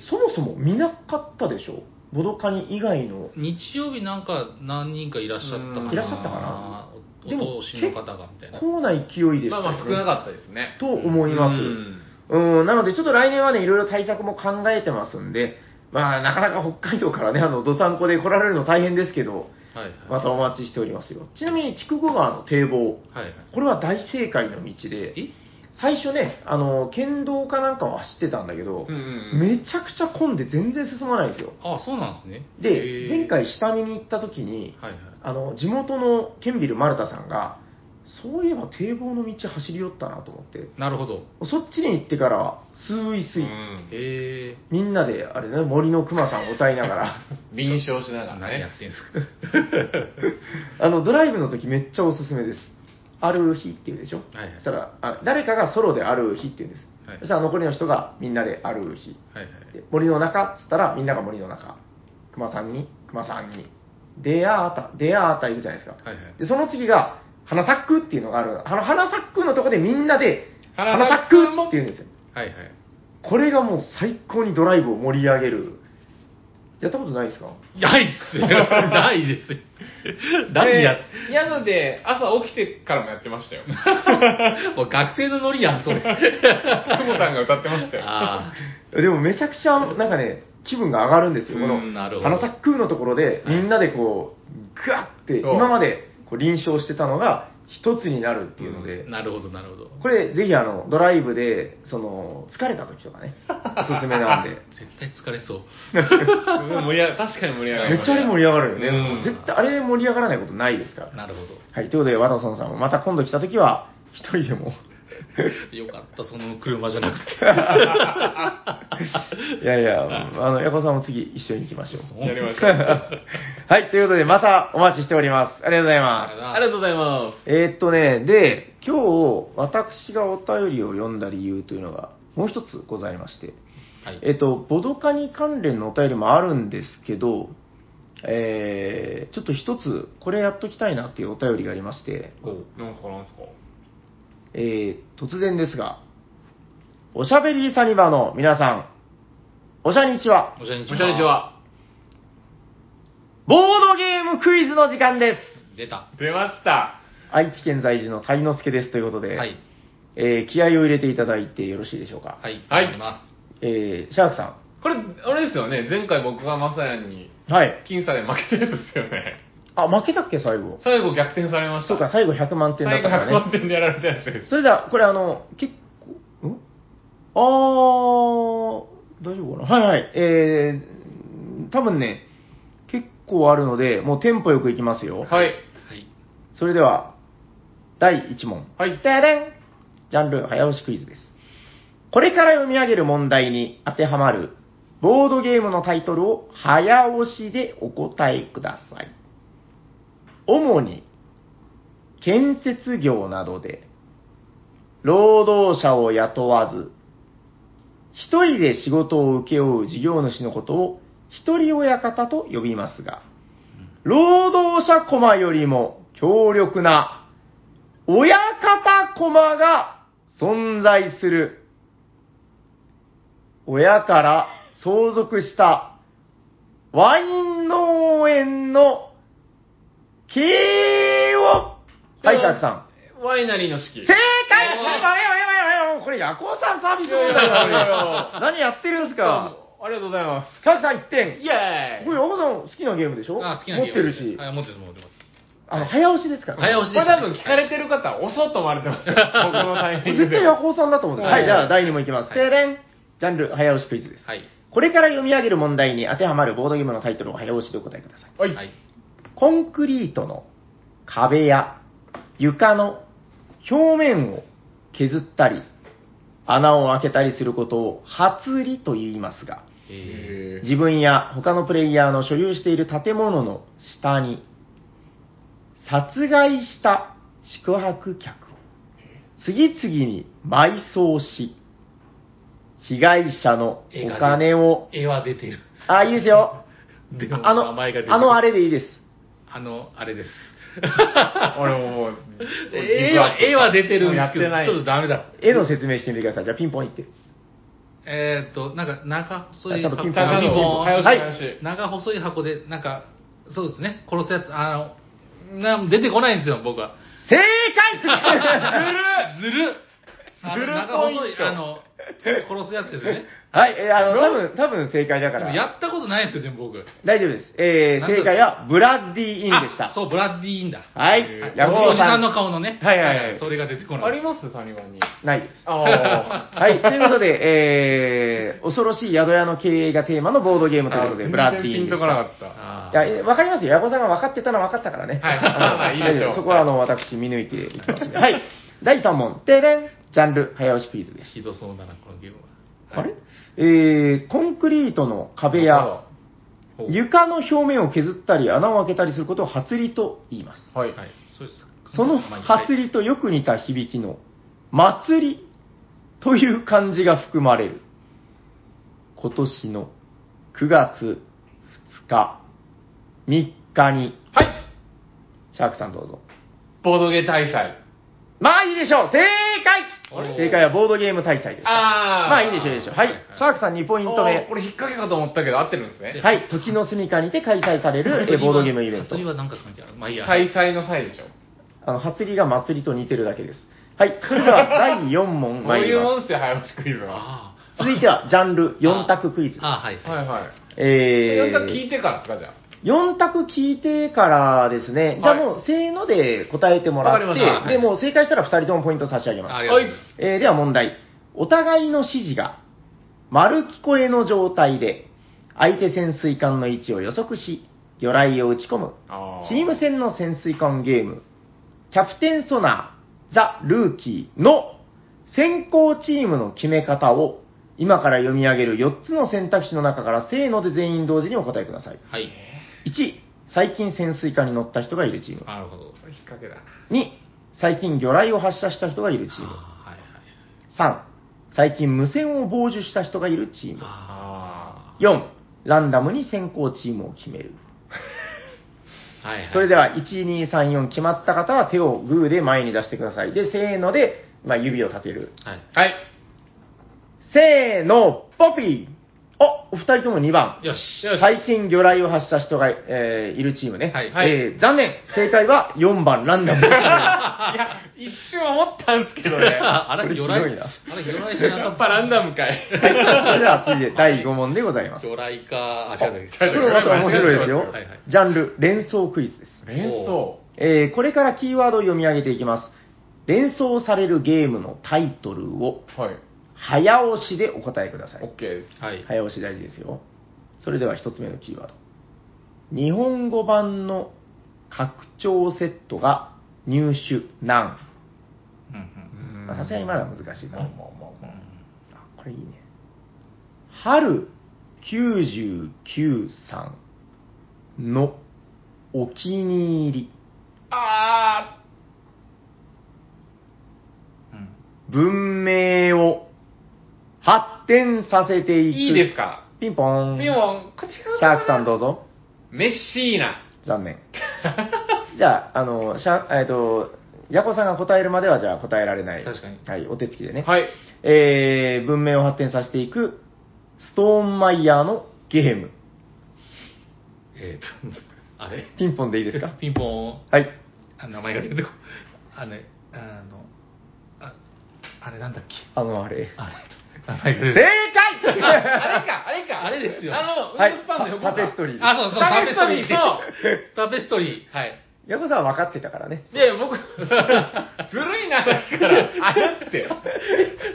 ー
そもそも見なかったでしょボドカニ以外の。
日曜日なんか何人かいらっしゃったか
う
な。
んいらっ
しゃったかな
お
でも
お通しの方がみたいな。
こうな勢いでし
ま
た
あ
よね、
まあ少なかったですね。
と思います。
うん
うん、なので、ちょっと来年はね、いろいろ対策も考えてますんで、まあ、なかなか北海道からね、あの、どさんこで来られるの大変ですけど、
はいはい。
またお待ちしておりますよ。ちなみに、筑後川の堤防、
はいはい。
これは大正解の道で、
え
最初ね、あの、県道かなんかを走ってたんだけど
う、んうんうん
めちゃくちゃ混んで全然進まないんですよ。
あそうなんですね。へー
で、前。回下見に行った時に、
はいはい。
あの、地元のケンビル丸田さんが、そういえば堤防の道走り寄ったなと思って、
なるほど。
そっちに行ってからは、スイスイ、
うん
え
みんなで、あれね、森の熊さんを歌いながら、
臨床しなが
ー、
ら
何や
ね
っ。てんすか。
あの、ドライブの時めっちゃおすすめです。ある日っていうでしょ
はいはい
そしたら、あ誰かがソロである日っていうんです。
はい
そしたら残りの人がみんなである日。
はいはい。
で森の中っつったらみんなが森の中。熊さんに、熊さんに。出会った、出会ったいるじゃないですか。
はいはい。
で、その次が、花サックっていうのがある。あの、花サックのとこでみんなで、
花
花サ
咲
ッ
くも
クっていうんですよ。
はいはい。
これがもう最高にドライブを盛り上げる。やったことないですか
ないですよ。 ないですよ。何やっ
で宿で朝起きてからもやってま したよ。久
もう学生のノリやん、それ。
保さんが歌ってましたよ。
あ
でもめちゃくちゃ、なんかね、気分が上がるんですよ。この
うんなる、ほど
花咲くのところで、みんなでこう、ぐわって、
そう
今までこう臨床してたのが、一つになるっていうので
あ、、なるほど、なるほど。
これぜひあの、ドライブで、その、疲れた時とかね、おすすめなんで。
絶対疲れそう。
うん盛り上が確かに盛り上がり
めっちゃあれ盛り上がるよね。
うん
絶対あれ盛り上がらないことないですから。
なるほど。
はい、ということで、ワトソンさんもまた今度来た時は、一人でも。
よかった、その車じゃなくて。
いやいや、あの、ヤコさんも次一緒に行きましょう。
やりましょう。
はい、ということで、またお待ちしております。ありがとうございます。
ありがとうございま
えーっとね、で、今日、私がお便りを読んだ理由というのが、もう一つございまして、
はい。
えーっと、ボドカに関連のお便りもあるんですけど、えー、ちょっと一つ、これやっときたいなっていうお便りがありまして、
す。なんすかなんすか
えー、突然ですが、おしゃべりサニバの皆さん、おしゃにちは、
おしゃにち
おしゃれちは。
ボードゲームクイズの時間です
出た。
出ました。
愛知県在住の鯛之助ですということで、
はい。
えー気合を入れていただいてよろしいでしょうか。
はい。
はい
あります。
えーシャークさん、
これ、あれですよね。前回僕がまさやに
はい。
僅差で負けてるんですよね。
あ、負けたっけ、最後。
最後逆転されました。
そうか、最後100万点だっ
最
たか
後100
ら
万
ね。
点でやられたやつです。
それじゃあ、これあの、結構、んあー、大丈夫かなはいはい。えー、多分ね、結構あるので、もうテンポよくいきますよ。
はい。
はい。
それでは、第1問。
はい。
ででんジャンル早押しクイズです。これから読み上げる問題に当てはまるボードゲームのタイトルを早押しでお答えください。主に建設業などで労働者を雇わず一人で仕事を請け負う事業主のことを一人親方と呼びますが、労働者駒よりも強力な親方駒が存在する。親から相続したワイン農園の経営を。はい、シャークさん。
ワイナリーの式。
正解おいおいおいおいこれ、ヤコウさんサービス問題だ
いやいやい
よ
や、
何やってるんです
あ
か
ありがとうございま
シャークさん1
す。
点。
イェーイ
これ、ヤコウさん好きなゲームでしょ
あ、好きなゲーム
持ってるし。
はい、持ってます、持ってます。
あの、早押しですからね。
早押し
これ多分聞かれてる方、遅っと思われてます よ。僕のタイミング
絶
で。
対ヤコウさんだと思うんです。
は
はいい、じゃあ第2問いきます。
はい
てれん。ジャンル、早押しクイズです。
はい。
これから読み上げる問題に当てはまるボードゲームのタイトルを早押しでお答えください。
はい。
はい。
コンクリートの壁や床の表面を削ったり、穴を開けたりすることを、初売りと言いますが、
え
へー
自分や他のプレイヤーの所有している建物の下に、殺害した宿泊客を次々に埋葬し、被害者のお金を、
ー絵は出てる。
あ、いいですよ。
でも、
あの、
名前が出てる。
あのあ。れでいいです。
あの、あれです。
俺ももう、
絵は、絵は出てるんですけど、
もうやってない
ちょっとダメだ。
絵の説明してみてください。じゃあピンポンいって。
えーっと、なんか、長細い
ちょっと
箱
ピンポン
高
長
野
い
の
箱
早
はい
押し、早押し。
長細い箱で、なんか、そうですね、殺すやつ、あの、な出てこないんですよ、僕 は。
正解
ずるずるあの
ずる
長
ポイント
細い、あの、殺すやつですね。
はい、えーあの、多分、多分正解だか
でも
ら。
やったことないですよ、でも僕。
大丈夫です。えー
なんだ
正解は、ブラッディインでし
あ
た。
そう、ブラッディーインだ。
はい
えー。
あ
ヤ
の
コ
お
ウ
じさんの顔のね。
はいはいはい
それが出てこない。
ありますサニバンに。
ないです。
あ あ。
はい、ということで、えー、恐ろしい宿屋の経営がテーマのボードゲームということで、ブラッディ
ピ
ーン
ン
で
と
し
こな
た。
かった。
あ
いや
ー、
えーわかりますよ。矢子さんが分かってたのは分かったからね。
はい
あの
まあまあいいでしょ
大
う
丈夫そこ は、あの、私、見抜いていきますんではい。第3問、ででんジャンル、早押しクイズです。
ひどそうだな、このゲームは。
あれえー、コンクリートの壁や、
ほう
床の表面を削ったり、穴を開けたりすることを、発りと言います。
はい。
はい、そうです。
その
まあはい
祭りとよく似た響きの、祭りという漢字が含まれる。今年の9月2日、3日に、
はい。
シャークさんどうぞ。
ボードゲー大祭。
まあいいでしょう正
あれ
解正解はボードゲーム大祭です。
あー
まあいいでしょういいでしょう。はい
はいはい。
シャークさん2ポイント
おー
目。
これ引っ掛けかと思ったけど合ってるんですね。
はい。時の住処にて開催さ れるえボードゲームイベント
祭り。はなんか関係ある。まあいいや。
大祭の祭でしょ。
あの、祭りが祭りと似てるだけです。はい。それでは第4問
そう
参
い
り
う
ます。
もんっすよ、早押しクイズは。
ああ。
続いてはジャンル4択クイズです。
ああ、はい。
はいはい。
え
え、
ー、
ん聞いてからですか、じゃあ。
4択聞いてからですね、じゃあもう、せーので答えてもら
わ
っ
か
て、
りました
で、もう正解したら2人ともポイント差し上げ
あ
ま
あ
す。
りがとうございます。
えーでは問題。お互いの指示が、丸聞こえの状態で、相手潜水艦の位置を予測し、魚雷を打ち込む、
あ
チーム戦の潜水艦ゲーム、キャプテンソナー、ザ・ルーキーの先行チームの決め方を、今から読み上げる4つの選択肢の中から、せーので全員同時にお答えください。
はい。
1、最近潜水艦に乗った人がいるチーム。
なるほど。
これ引っ掛けだな。
2、最近魚雷を発射した人がいるチーム。
ああはいはい。
3、最近無線を傍受した人がいるチーム。
あ
4、ランダムに先行チームを決める。
あ。はいはい。
それで
は。
は、1、2、3、4決まった方は手をグーで前に出してください。で、せーので、まあ、指を立てる。
はい。
はい。
せーの、ポピーおお二人とも2番。
よし。
最近魚雷を発した人が、えーいるチームね。
はい
はい
えー残念。正解は4番、ランダム。
いや、一瞬思ったんですけどね。や
ああれ、
これひ
魚
どい
雷
な。
あれ、魚雷しなか
っ
っ
ぱ
た。
ランダムかい。
はい。それでは次で第5問でございます。
魚雷か。あ、違う違う。
こ
あ
違う
れもまた面白いです
は
よ
いはい。
ジャンル、連想クイズです。
連想。
えーこれからキーワードを読み上げていきます。連想されるゲームのタイトルを
はい。
早押しでお答えください。
OK です。
はい。
早押し大事ですよ。それでは一つ目のキーワード。日本語版の拡張セットが入手難。
うんうん
まあさすがにまだ難しいな。
まあまあまあまあ
あこれいいね。春99さんのお気に入り
あ
うん
文明を発展させて
ー
いく。
いいですか
ピンポーン。
ピンポン、こっちか
シャークさんどうぞ。
メッシーナ。
残 念。じゃあ、あの、シャえっ、と、ヤコさんが答えるまでは、じゃあ答えられない。
確かに
はい、お手つきでね。
はい。
えー、文明を発展させていく、ストーンマイヤーのゲーム。
えーと、あれ
ピンポンでいいです か
ピンポン、
はい。
あの名前が出てこあれ、あの、ああれなんだっけ
あの、あれ。
あれ、名前が出
正
て
解
あれか、あれか。
あれですよ
あの、ウ
はい
ルフスパンの横か
タペストリーです
あ、そうそう、
タペストリー
タペストリー、はい。
ヤコさんは分かってたからね。
いやいや、僕、ずるいな、さっきから。あれって。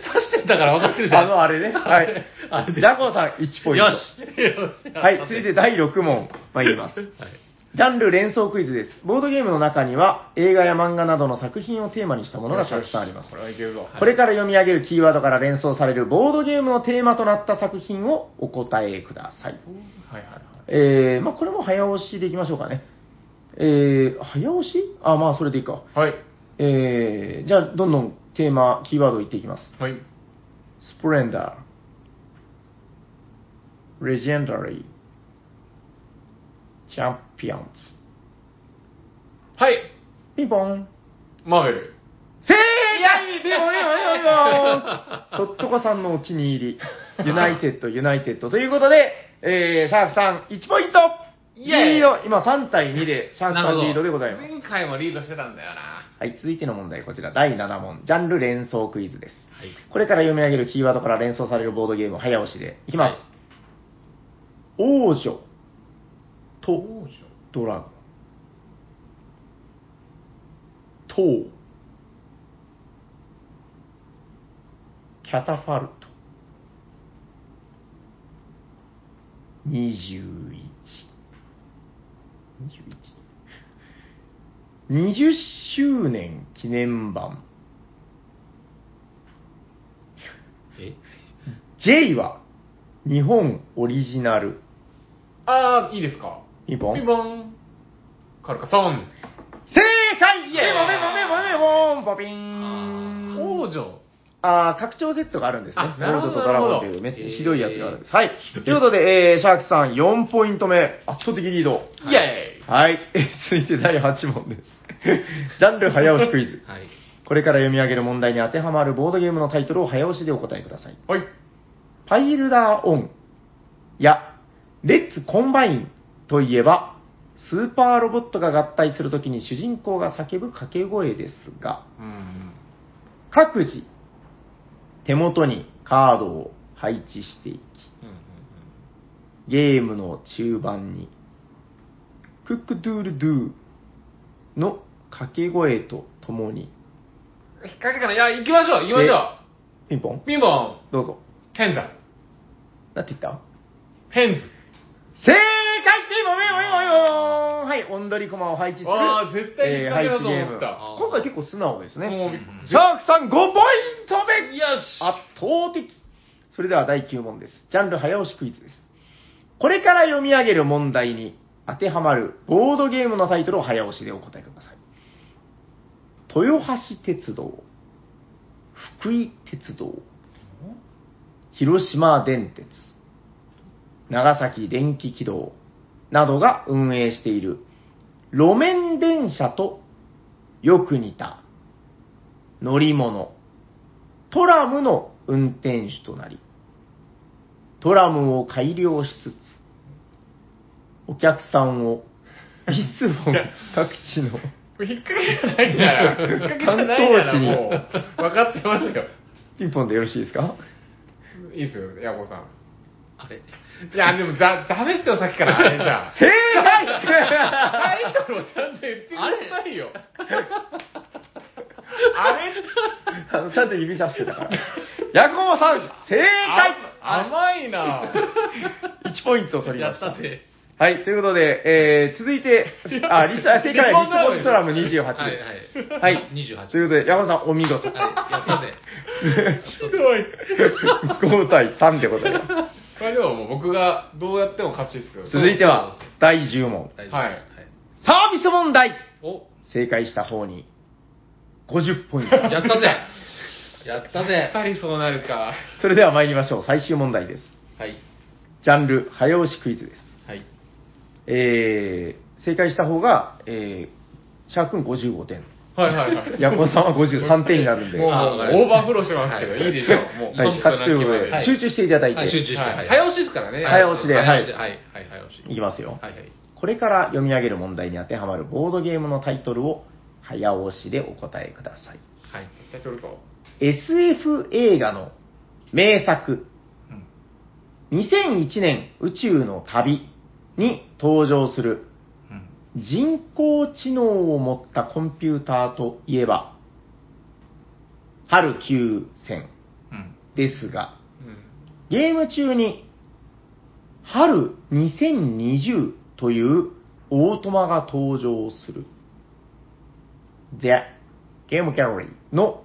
刺してんだから分かってるじゃん。
あの、あれね。はい
あれ。です
ヤコさん1ポイン
よ
ト。
しよし
はい、続いて第6問、参 ります。
はい
ジャンル連想クイズです。ボードゲームの中には映画や漫画などの作品をテーマにしたものがたくさんあります
こ。れはいけるぞ。
これから読み上げるキーワードから連想されるボードゲームのテーマとなった作品をお答えください。
はいはいはい。
えー、まあこれも早押しでいきましょうかね。えー、早押しあ、まあそれでいいか。
はい。
えー、じゃあどんどんテーマ、キーワードいっていきます。
はい。
スプレンダー、レジェンダリー、チャンピオンズ。
はい。
ピンポン。
マーベル。
正解でもいいよいいよとっとこさんのお気に入り、ユナイテッド、ユナイテッド。ということで、えー、シャークさん1ポイント
イエーイ
リード今3対2でシャーク
な
さ
るほ
ん
ど
リードでございます。
前回もリードしてたんだよな。
はい、続いての問題、こちら、第7問、ジャンル連想クイズです。
はい
これから読み上げるキーワードから連想されるボードゲームを早押しでいきます。王女とドラゴン。とキャタファルト。21。21。20周年記念版。
え
J は日本オリジナル。
あー、いいですか
ピンポン
ピンポン。カルカソン。
正解
イエーイ
メモメモメモメモンポピ
あ
ン
王女。
あー、拡張セットがあるんですね
あ。なる
王
ほ
女
ど
とドラゴンと
なる
い
ほ
う
ど
めっちゃ
へー
ひどいやつがあるんです。はい。ということで、えー、シャークさん4ポイント目、圧倒的リード。
はい
イエ
はい。 続いて第8問です。 ジャンル早押しクイズ。
はい。
これから読み上げる問題に当てはまるボードゲームのタイトルを早押しでお答えください。
ーイ。はい。
パイルダーオンやレッツコンバインといえば、スーパーロボットが合体するときに主人公が叫ぶ掛け声ですが、
うん。
各自手元にカードを配置していき、ゲームの中盤に、クックドゥールドゥーの掛け声とともに、
引っ掛けかないや、行きましょう、行きましょ
ピンポン
う。ピンポン。
どうぞ。
ケンザ。
なんて言った
ヘンズ。
正解ピンポンピンポンピンポンピンポンはい、オンドリコマを配置する。
あー絶対引っ掛けだと思った
えー配置ゲーム今回結構素直です
もうび
ね
っく。り
シャークさん5ポイント目
よし。
圧倒的それでは第9問です。ジャンル早押しクイズです。これから読み上げる問題に当てはまるボードゲームのタイトルを早押しでお答えください。豊橋鉄道、福井鉄道、広島電鉄、長崎電気軌道などが運営している路面電車とよく似た乗り物、トラムの運転手となり、ドラムを改良しつつ、お客さんを、リスボン 各地の、
これ引っ掛けじゃないから。引っ掛けじゃないからもう、分かってますよ。
ピンポンでよろしいですか。
いいっすよ、ヤコさん。
あれ
いや、でもだ、ダメっすよ、さっきから、あれじゃあ
正解
タイトルをちゃんと言ってくださいよ。あれ
あのちゃんと指さしてたから。ヤコモさん、正解
あ甘い なぁ。
!1 ポイント取りました。
やったぜ。
はい、ということで、えー、続いて、あ、リス、あ正解はリスボントラム28です。
はい
は
はいい。28
ということで、ヤコさんお見事。
はい、やったぜ。
ひどい。
5対3でございます。
これでももう僕がどうやっても勝ちですよ。
続いては、第10問。
大丈夫です
はい
サービス問題
お、
正解した方に、50ポイント。
やったぜ。 やったぜ。
二人そうなるか。
それでは参りましょう。最終問題です。
はい。
ジャンル、早押しクイズです。
はい。
えー、正解した方が、えー、シャークン55点。
はいはいはい。
ヤコさんは53点になるんで。
もう、
は
あ
も
わ
う
かりました
オーバーフローしてますけど、
はい
いいでしょう。もう、
い、勝ちということ
は
で、
い
集中していただいて、
はい、集中して。はい
早押しですからね。
早押しで
早押しで、はい。はい、早押し。
いきますよ。
はい、はい。
これから読み上げる問題に当てはまるボードゲームのタイトルを早押しでお答えください。
はい。
タイトルと。
SF 映画の名作、
うん
2001年宇宙の旅に登場する
うん。
人工知能を持ったコンピューターといえば、春9戦
うん。
ですが、
うん。
ゲーム中に、春2020というオートマが登場する。The Game Gallery の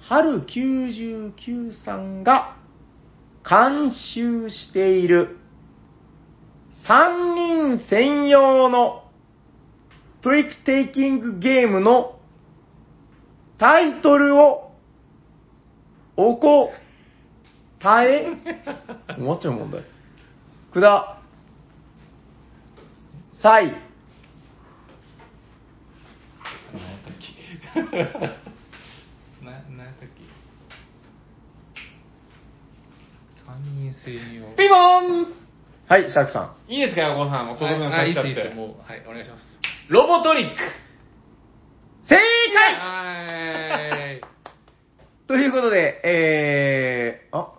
春99さんが監修している3人専用のトリックテイキングゲームのタイトルをおこたえ、 もうちょい問題。くだ、さい、
何やったっけな何やったっけ三人専用
ピボーン
はい、シャークさん。
いいですか、ヤコさん。もうとどめ
あ
を
あい
さ
い
れ
っ
ち
す
ゃっ
いいっす
て。
もうはいお願いします
ロボトリック
正解
はーい。
ということで、えー、あ、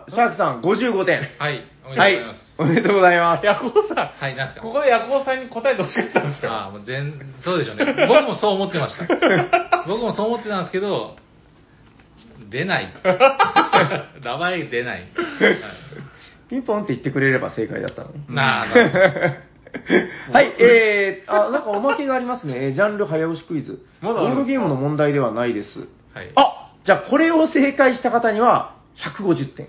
あーシャークさん55点。
はいおめ
は
で
い
とうございます、、
おめでとうございます。
ヤコさ
はい、なんす
ん、
か
ここでヤコさんに答えてほしかったんですよ。
ああもう全そうでしょうね僕もそう思ってま した僕もそう思ってたんですけど出ない 名前出ない、はい
ピンポンって言ってくれれば正解だったのに。
なあな
はい、えー、あ、なんかおまけがありますね。えージャンル早押しクイズ。
まだあ
ボ
る
ードゲームの問題ではないです。
あ、はい、
あじゃあこれを正解した方には150点。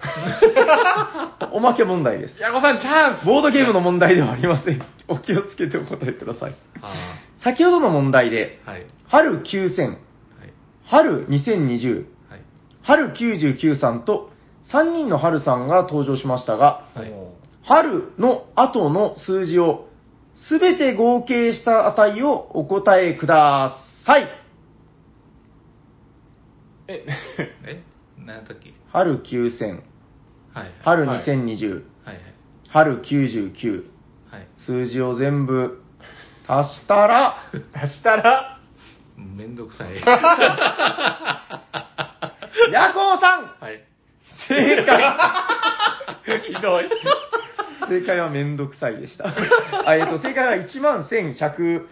おまけ問題です。
ヤコさん、チャンス
ボードゲームの問題ではありません。お気をつけてお答えください。
あ
先ほどの問題で、
あはいはい
春9000、春2020、
はい
春99さんと3人の春さんが登場しましたが、
はい
春の後の数字をすべて合計した値をお答えください。
え、
え何やったっけ
春9000、
はいはい
春
はい
2020、
はい
春
は
99、
いはい
数字を全部足したら、
足したら、
めんどくさい。
ヤコウさん
はい。
正解
ひどい。
正解はめんどくさいでした。あえっと、正解は1万1119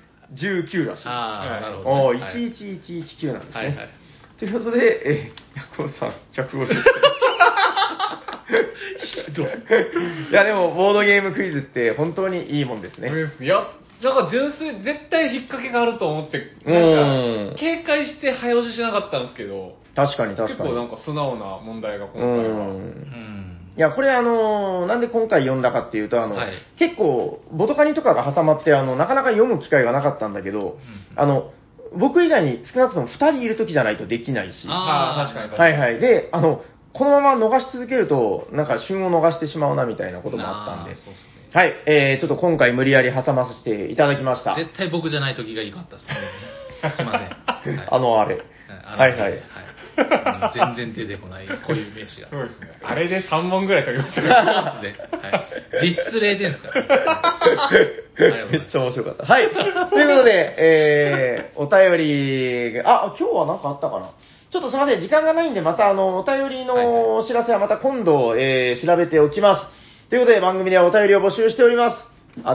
らしい。
あ
は
あ、
い
なるほど。
おお、
はい
11119なんです
はいは
ね
い。
ということで、えー、ヤコウさん、150点。いや、でも、ボードゲームクイズって本当にいいもんですね。
いや、なんか純粋、絶対引っ掛けがあると思って、
う
な
ん
んか、警戒して早押ししなかったんですけど、
確かに確
結
かに。
構なんか素直な問題が今
う。
回は。
うんん。
いや、これあのーなんで今回読んだかっていうと、あの、
はい
結構、ボトカニとかが挟まって、あの、なかなか読む機会がなかったんだけど、
うん
あの、僕以外に少なくとも2人いる時じゃないとできないし、は
あ
あー確かに
ー
い
確か
はい。で、あの、このまま逃し続けると、なんか旬を逃してしまうなみたいなこともあったん
な
で
あ、そうっすね
はい、えー、ちょっと今回無理やり挟ませていただきました。
絶対僕じゃない時が良かったですね。すいません。はい
あのあれ。
あの
はいは
は
い
い。全然出てこ ない、こういう名詞が。
そうですね。あれで3問ぐらい取りましたね。
そうですね。はい。実質0点ですから。
めっちゃ面白かった。はい。ということで、えー、お便りが、あ、今日は何かあったかなちょっとすみません、時間がないんで、またあの、お便
は
り
いはい
のお知らせはまた今度、えー、調べておきます。ということで、番組ではお便りを募集しております。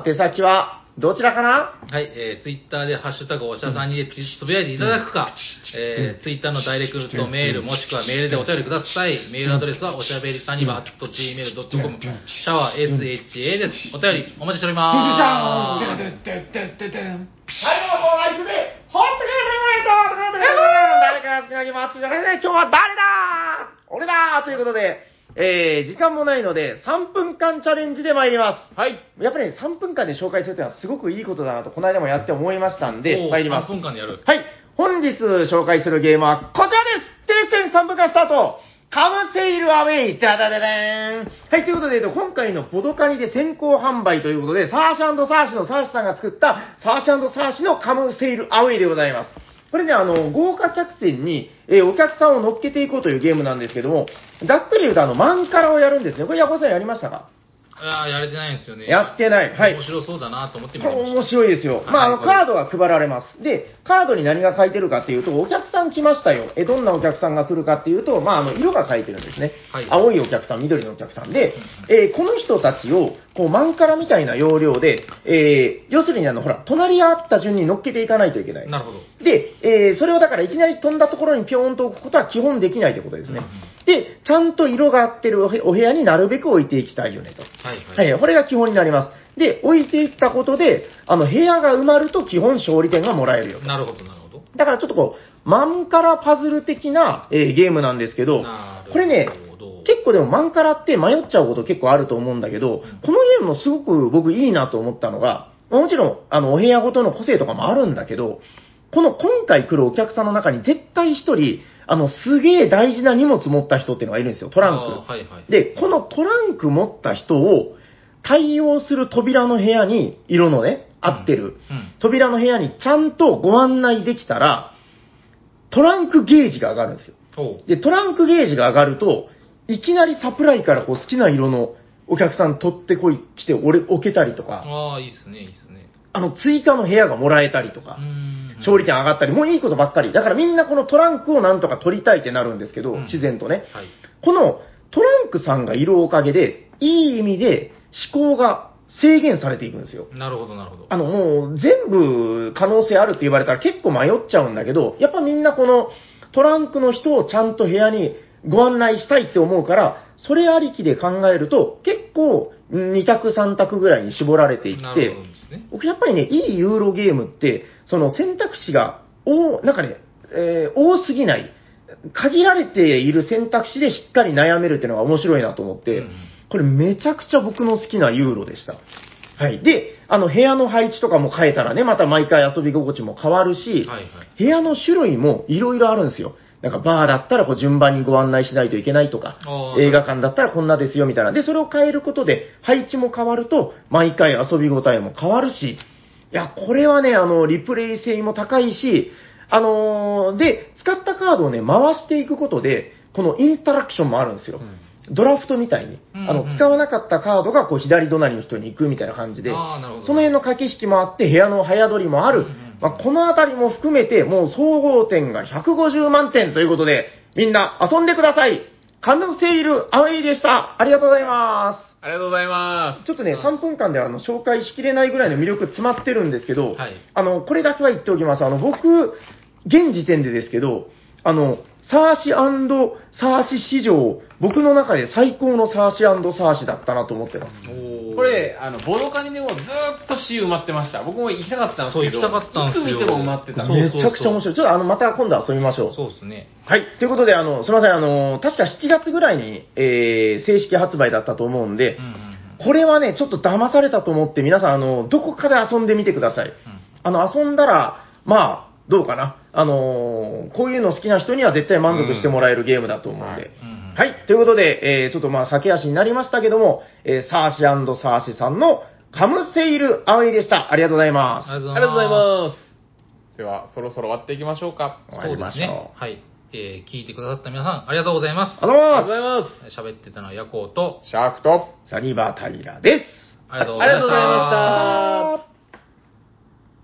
宛先は、どちらかな
はい、えー、ツイッターでハッシュタグおしゃさんにでつつぶやいていただくか、えー、ツイッターのダイレクトメール、もしくはメールでお便りください。メールアドレスはおしゃべりさんにば at gmail.com、シャワー SHA です。お便りお待ちしております。
はい、どうも、ライスで、ホットケーキプレゼント誰かがつなぎます。今日は誰だ俺だということで、えー、時間もないので、3分間チャレンジで参ります。
はい。
やっぱり、ね、3分間で紹介するというのはすごくいいことだなと、この間もやって思いましたんで
お、ー
参ります。
3分間でやる。
はい。本日紹介するゲームはこちらです停戦3分間スタートカムセイルアウェイダダダダーンはい、ということで、えっと今回のボドカニで先行販売ということで、サーシャサーシのサーシさんが作った、サーシャサーシのカムセイルアウェイでございます。これね、あの、豪華客船に、えーお客さんを乗っけていこうというゲームなんですけども、ざっくり言うと、あの、マンカラをやるんですね。これ、ヤコさんやりましたか
あーやれてないんですよね。
やってないはい
面白そうだなと思って見
こ
て
れ
まし
面白いですよ。まあ、あの、
はい
カードが配られます。で、カードに何が書いてるかっていうと、お客さん来ましたよ。え、どんなお客さんが来るかっていうと、まあ、あの、色が書いてるんですね。
はい
青いお客さん、緑のお客さんで、えーこの人たちを、こう、マンカラみたいな要領で、えー要するにあの、ほら、隣り合った順に乗っけていかないといけない
た。。なるほど。
で、えーそれをだからいきなり飛んだところにピョーンと置くことは基本できないということですね。で、ちゃんと色が合ってるお部お部屋になるべく置いていきたいよねと。
はいはい。
はい、これが基本になります。で、置いていったことで、あの、部屋が埋まると基本勝利点がもらえるよと。
なるほど、なるほど。
だからちょっとこう、マンカラパズル的な、えーゲームなんですけど
なるほ、ど
これね、結構でもマンカラって迷っちゃうこと結構あると思うんだけど、このゲームもすごく僕いいなと思ったのが、もちろん、あの、お部屋ごとの個性とかもあるんだけど、この今回来るお客さんの中に絶対一人、あの、すげえ大事な荷物持った人っていうのがいるんですよ、トランク。
あーはいはい。
で、このトランク持った人を対応する扉の部屋に色のね、合ってる、
うん
扉の部屋にちゃんとご案内できたら、トランクゲージが上がるんですよ。
ほう
で、トランクゲージが上がると、いきなりサプライからこう好きな色のお客さん取ってこい、来て俺置けたりとか、
ああ、いいっすね、いいっすね。
あの追加の部屋がもらえたりとか
う、ん
勝利点上がったり、もういいことばっかり。だからみんなこのトランクをなんとか取りたいってなるんですけど、
うん
自然とね。
はい。
このトランクさんがいるおかげで、いい意味で思考が制限されていくんですよ。
なるほど、なるほど。
あの、もう全部可能性あるって言われたら結構迷っちゃうんだけど、やっぱみんなこのトランクの人をちゃんと部屋にご案内したいって思うから、それありきで考えると結構2択3択ぐらいに絞られてい
な
っ
る
て
ほ、どですね。
僕やっぱりね、いいユーロゲームって、その選択肢が、おなんかね、えー多すぎない。限られている選択肢でしっかり悩めるっていうのが面白いなと思って、
うんうん
これめちゃくちゃ僕の好きなユーロでした。はい。で、あの部屋の配置とかも変えたらね、また毎回遊び心地も変わるし、
はいはい。
部屋の種類もいろいろあるんですよ。なんかバーだったらこう順番にご案内しないといけないとか
あ、ー
映画館だったらこんなですよみたいな。で、それを変えることで配置も変わると、毎回遊び応えも変わるし、いや、これはね、あの、リプレイ性も高いし、あのーで、使ったカードをね、回していくことで、このインタラクションもあるんですよ。ドラフトみたいに、あ
う
の
んうん
使わなかったカードがこう左隣の人に行くみたいな感じで、
あーなるほど
その辺の駆け引きもあって、部屋の早取りもある、
うんうんうん
まあ、このあたりも含めて、もう総合点が150万点ということで、みんな遊んでください。カムセイルアウェイでした。ありがとうございます。
ありがとうございま
ちょっとね、3分間であの紹介しきれないぐらいの魅力詰まってるんですけど、
はい
あの、これだけは言っておきます。あの、僕、現時点でですけど、あの、サーシサーシ史上、僕の中で最高のサーシサーシだったなと思ってます。
お
す。
ー
これ、あの、ボドカニでもずーっと C 埋まってました。僕も行きたかったんですけど。
そう行きたかったんですよ
いつ見ても埋まってた。
そう
めちゃくちゃ面白い。ちょっとあの、また今度遊びましょう。
そうですね。
はい。ということで、あの、すみません、あの、確か7月ぐらいに、えー、正式発売だったと思うんで、
うんうんうん。
これはね、ちょっと騙されたと思って、皆さん、あの、どこかで遊んでみてください。あの、遊んだら、まあ、どうかな。あのーこういうの好きな人には絶対満足してもらえるゲームだと思うんで。
うんうんうん
はい。ということで、えーちょっとまあ、駆け足になりましたけども、えーサーシサーシさんのカムセイルアウェイでした。ありがとうございます。
ありがとう
あ
ご
り
ざ
が
い
とうござい
ま
ます。では、そろそろ終わっていきましょうか。
す。そうです
終わりましょ
ね。はい。えー聞いてくださった皆さん、ありがとうございます
あ。りがとうご
ご
ざい
ざいま
喋ってたのはヤコウと、
す。シャークと、
ます。サニバータイラです。
ありがとう
ありがとうございました。